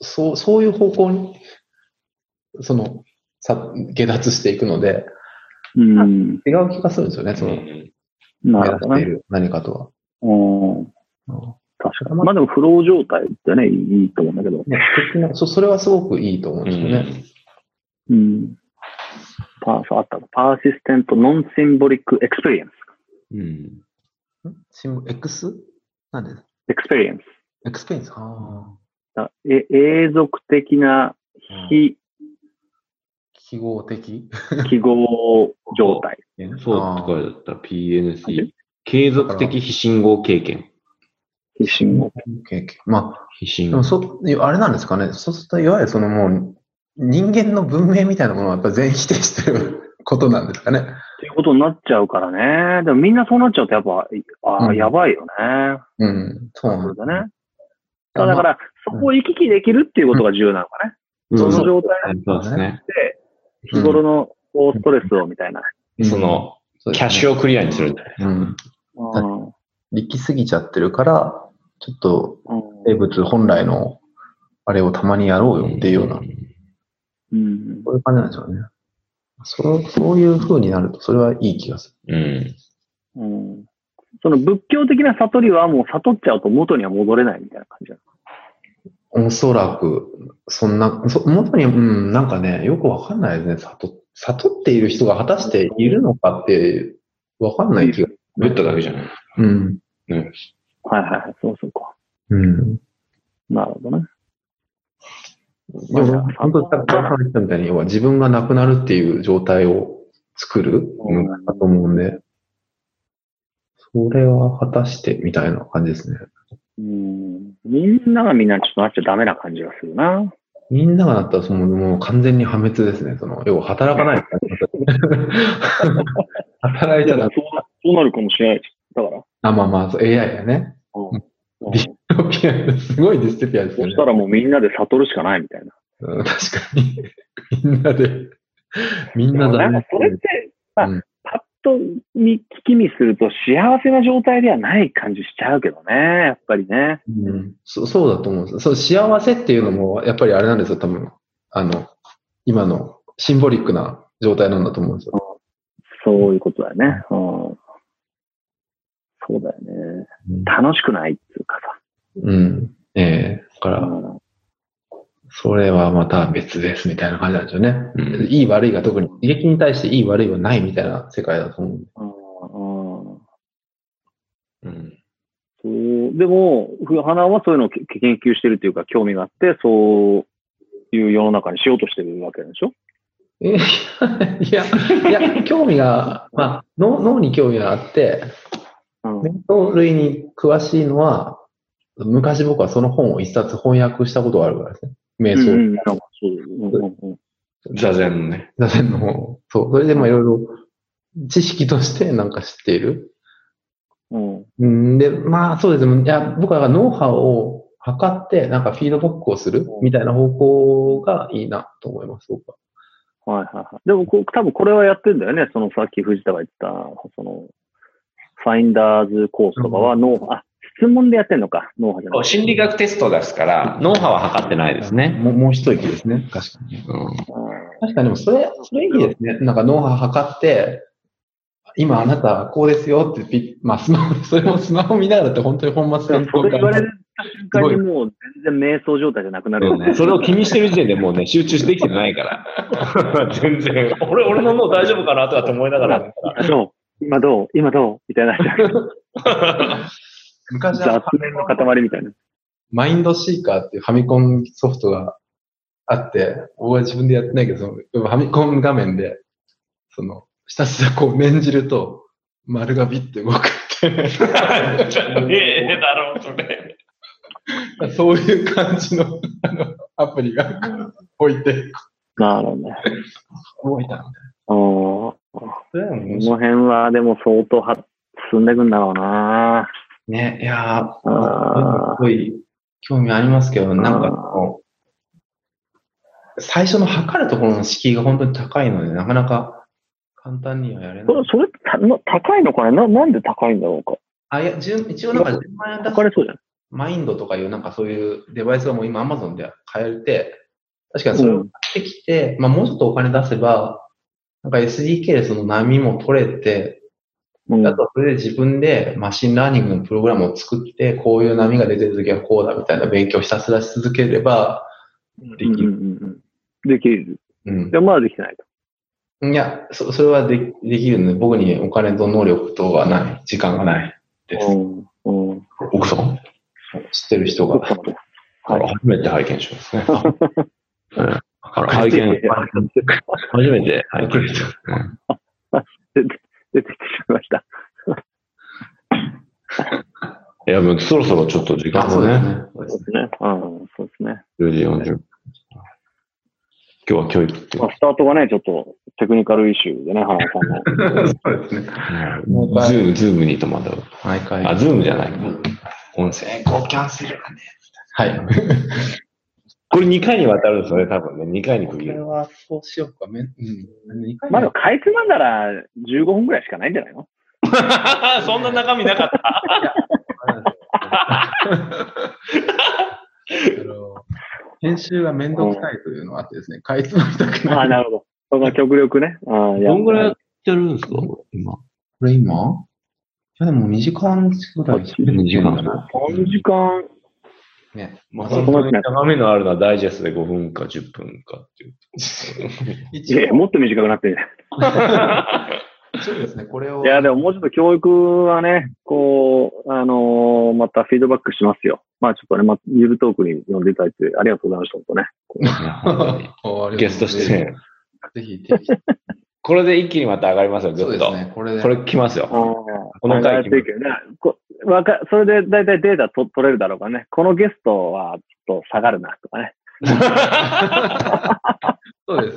そう、そういう方向に、その、さ、下脱していくので、
い。うん。
違う気がするんですよね、そ
な
の、目
るほ
指し
ど
て
ね。
いる何かとは。
うん。
うん
確かに。まあでもフロー状態ってね、いいいいと思うんだけど。
ね素敵なそそれはすごくいいと思うん
う
ですよね。
ん
うん。パー、そうあったのパーシステントノンシンボリックエクスペリエンス。
うん
んシンボル X? なんで
エクスペリエンス。
エクスペリエンスああ。
だえ永続的な非
記号的
記号状態。
そうとかだったら PNC。継続的非信号経験。
非信号。
経験。まあ、
非
で
信号
も。そ、あれなんですかね。そうすると、いわゆるそのもう、人間の文明みたいなものはやっぱ全否定してることなんですかね。
っていうことになっちゃうからね。でもみんなそうなっちゃうとやっぱ、ああ、
うん
やばいよね。
うん。そうな
それ
んで
だ
す
ね。だからだから、そこを行き来できるっていうことが重要なのかね。
うん
そ
そ
の
う
状態
ですね。
で、日頃のこうストレスをみたいな。
そ、の、キャッシュ
ュ
をクリアにする。
うん。
うん。
力きすぎちゃってるから、ちょっと
う
生物本来のあれをたまにやろうよっていうような、
ん。
こういう感じなんでしょうね。そうそういう風になると、それはいい気がする。
うん。
うん。その仏教的な悟りはもう悟っちゃうと元には戻れないみたいな感じだ。
おそらく、そんな、そ元に、うん、なんかね、よくわかんないですね。悟悟っている人が果たしているのかって、わかんない気が。
ブッダだけじゃない。
うん。
はいはいはい。そうそうか。
うん。
なるほどね。
でも、本当にさっきから話したみたいに、要は自分がなくなるっていう状態を作るのだと思うんで、それは果たしてみたいな感じですね。
うん。みんながみんなちょっとなっちゃダメな感じがするな。
みんながなったらその、もう完全に破滅ですね。その、要は働かない。働いたら、
そうなるかもしれないです。だから。
あ、まあまあ、そう AI だね。
うん
ディストピアすごいディストピアです
そ
よ
し
ね
た。らもうみんなで悟るしかないみたいな。
うん確かに。みんなで、みん
で
な
もな
だ
ん
ね
か。それって、まあ
うん
パッと見聞き見すると幸せな状態ではない感じしちゃうけどね、やっぱりね。
うん、そそうだと思うんですそう幸せっていうのも、やっぱりあれなんですよ、多分。あの、今のシンボリックな状態なんだと思うんですよ。
そういうことだよね。うん、そうだよね。楽しくないっていうか
うん。ええだか
さ。
ら、それはまた別ですみたいな感じなんですよね。
うん
いい悪いが特に、刺激に対していい悪いはないみたいな世界だと思うん
う
で。
んうん
うん。
そうでも、ふ花はそういうのをけ研究してるというか、興味があって、そういう世の中にしようとしてるわけでしょ
えいや、いや、興味が、まあ、脳脳に興味があって、
うん
伝統類に詳しいのは、昔僕はその本を一冊翻訳したことがあるからですね。瞑
うんう
想。
んなんかそううんうんうん
座禅のね。
座禅の本を。そう。それでまあいろいろ知識としてなんか知っている。
うん
うんで、まあそうですね。いや、僕はノウハウを測って、なんかフィードバックをするみたいな方向がいいなと思います、僕は。
はいはいはい。でもこう、多分これはやってんだよね。そのさっき藤田が言った、その、ファインダーズコースとかは脳、あ、質問でやってんのか。脳波じゃなくて
心理学テストですから、脳波は測ってないですね。
もうもう一息ですね。確かに。
うん。
確かに、でもそれ、それいいですね。なんかノウハウ測って、今あなたはこうですよってピッ、まあスマホ、それもスマホ見ながらって本当に本末
う
転
ん
倒
それ言われた瞬間に
す
もう全然瞑想状態じゃなくなる
そ
よ
うね。
ね。
それを気にしてる時点でもうね、集中してきてな いから。全然。俺、俺の脳大丈夫かなとかって思いながら。
今 どう今どう今どうみた いな。
昔
雑
は
念の塊みたいな。
マインドシーカーっていうファミコンソフトがあって、僕は自分でやってないけど、そのファミコン画面で、その、ひたすらこう念じると、丸がビッて動くって。
ちょっと ねえだろう、それ。
そういう感じのあのアプリが置いて、
なるほどね。
動いたんで。
うん
それは
この辺はでも相当は進んでいくんだろうな
ね、いやー、
あー
すごい興味ありますけど、なんかこう、最初の測るところの敷居が本当に高いので、なかなか簡単にはやれ
そ
な
れ
い。
それたな高いのかねななんで高いんだろうか。
あ、いや、順一応なんか10万円出す
高れそうじゃない
マインドとかいうなんかそういうデバイスがもう今 Amazon で買えて、確かにそれを買ってきて、まあもうちょっとお金出せば、なんか SDK でその波も取れて、
うん
あとはそれで自分でマシンラーニングのプログラムを作って、こういう波が出てるときはこうだみたいな勉強をひたすらし続ければ、でき
うんう
る。
んうんうんできる。
うん
でもまだできてないと。
いや、そそれはでできるので、僕にお金と能力とはない、時間がないです。
うんうん
奥さん
知ってる人
奥
が。
様です
か
はい
ら初めて拝見します ね。うんだから拝
いやい
見
や、
初めて拝見します。
出てきてしまいました。
いや、もうそろそろちょっと時間もね、
ね。そうで
そうで
す
すね。うん、そうですね。
4時40分。今日は教育っていう
まあ、スタートがね、ちょっとテクニカルイシューでね、花さんの。
ね。
うんズーム、ズームに戸惑う。
毎回。
あ、ズームじゃないか。音声。
ごキャンセルがね。
はい。
これ2回にわたるんですよね、多分ね。2回に区切る。
はそうしようか。めんうん。二回
まだかいつまんだら15分ぐらいしかないんじゃないの
そんな中身なかった。
あの編集がめんどくさいというのがあってですね、かいつまみたく
あ
な
あ、
い。
なるほど。その極力ね。ど
どんぐらいやってるんですか今。
これ今いやでも2時間ぐらい。
2時間。
3時間
ね。
まあ、
そ
本
こま
当
で
に眺めのあるのはダイジェストで5分か10分かっていう。
い
一
やいや
応、
もっと短くなってる。
そうですね、これを。
いや、 でももうちょっと教育はね、こう、あのーまたフィードバックしますよ。まあちょっとね、まあ、ゆるトークに呼んでいただいて、ありがとうございました、本当ね。
おありがとうございます
ゲスト出。演。
ぜひ、ぜひ。
これで一気にまた上がりますよ、
そう
ぐっ
です
と。
ね、これで。
これ来ますよ。この
考
回
えていくよね。こわかそれで大体データと取れるだろうからね。このゲストはちょっと下がるなとかね。
そうですね、そう ですね。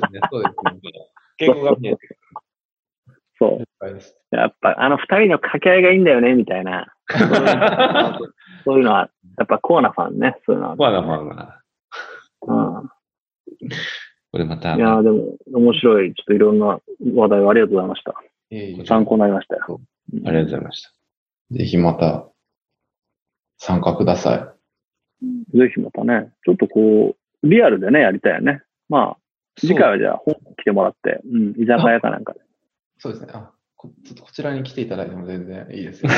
結構が見えてくる。
そう。
了解です
やっぱあの二人の掛け合いがいいんだよね、みたい な。そういうのは、やっぱコアなファンね、そういうのは。
コアなファンが。
うん
これまた
い、やーでも面白い、ちょっといろんな話題をありがとうございました。
いえいえ
参考になりましたよ。
ありがとうございました。
ぜひまた、参加ください。
ぜひまたね、ちょっとこう、リアルでね、やりたいよね。まあ、次回はじゃあ、本来てもらって、うん、居酒屋かなんかで。
そうですね。あ、こちょっとこちらに来ていただいても全然いい ですよ。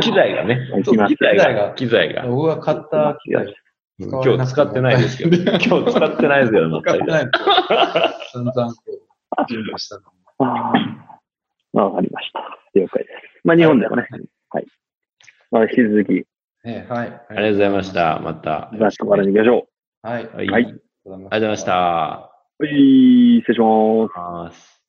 機材がね。
行きます
機材が。機材が。
僕が買った機械
今日使ってないですけど。今日使ってないですよ、全
使って
く
ないですよ。散々こう、準備したの。
ああ、わかりました。了解です。まあ、日本でもね、はい。まあ、引き続き、
ね、はい。あ
ありがとうございまし。た。また。
出してもらいに行きましょ
はい。ありがと
はい。
は
あ
い
りがとうございました。
う。はい、失礼します。
ます。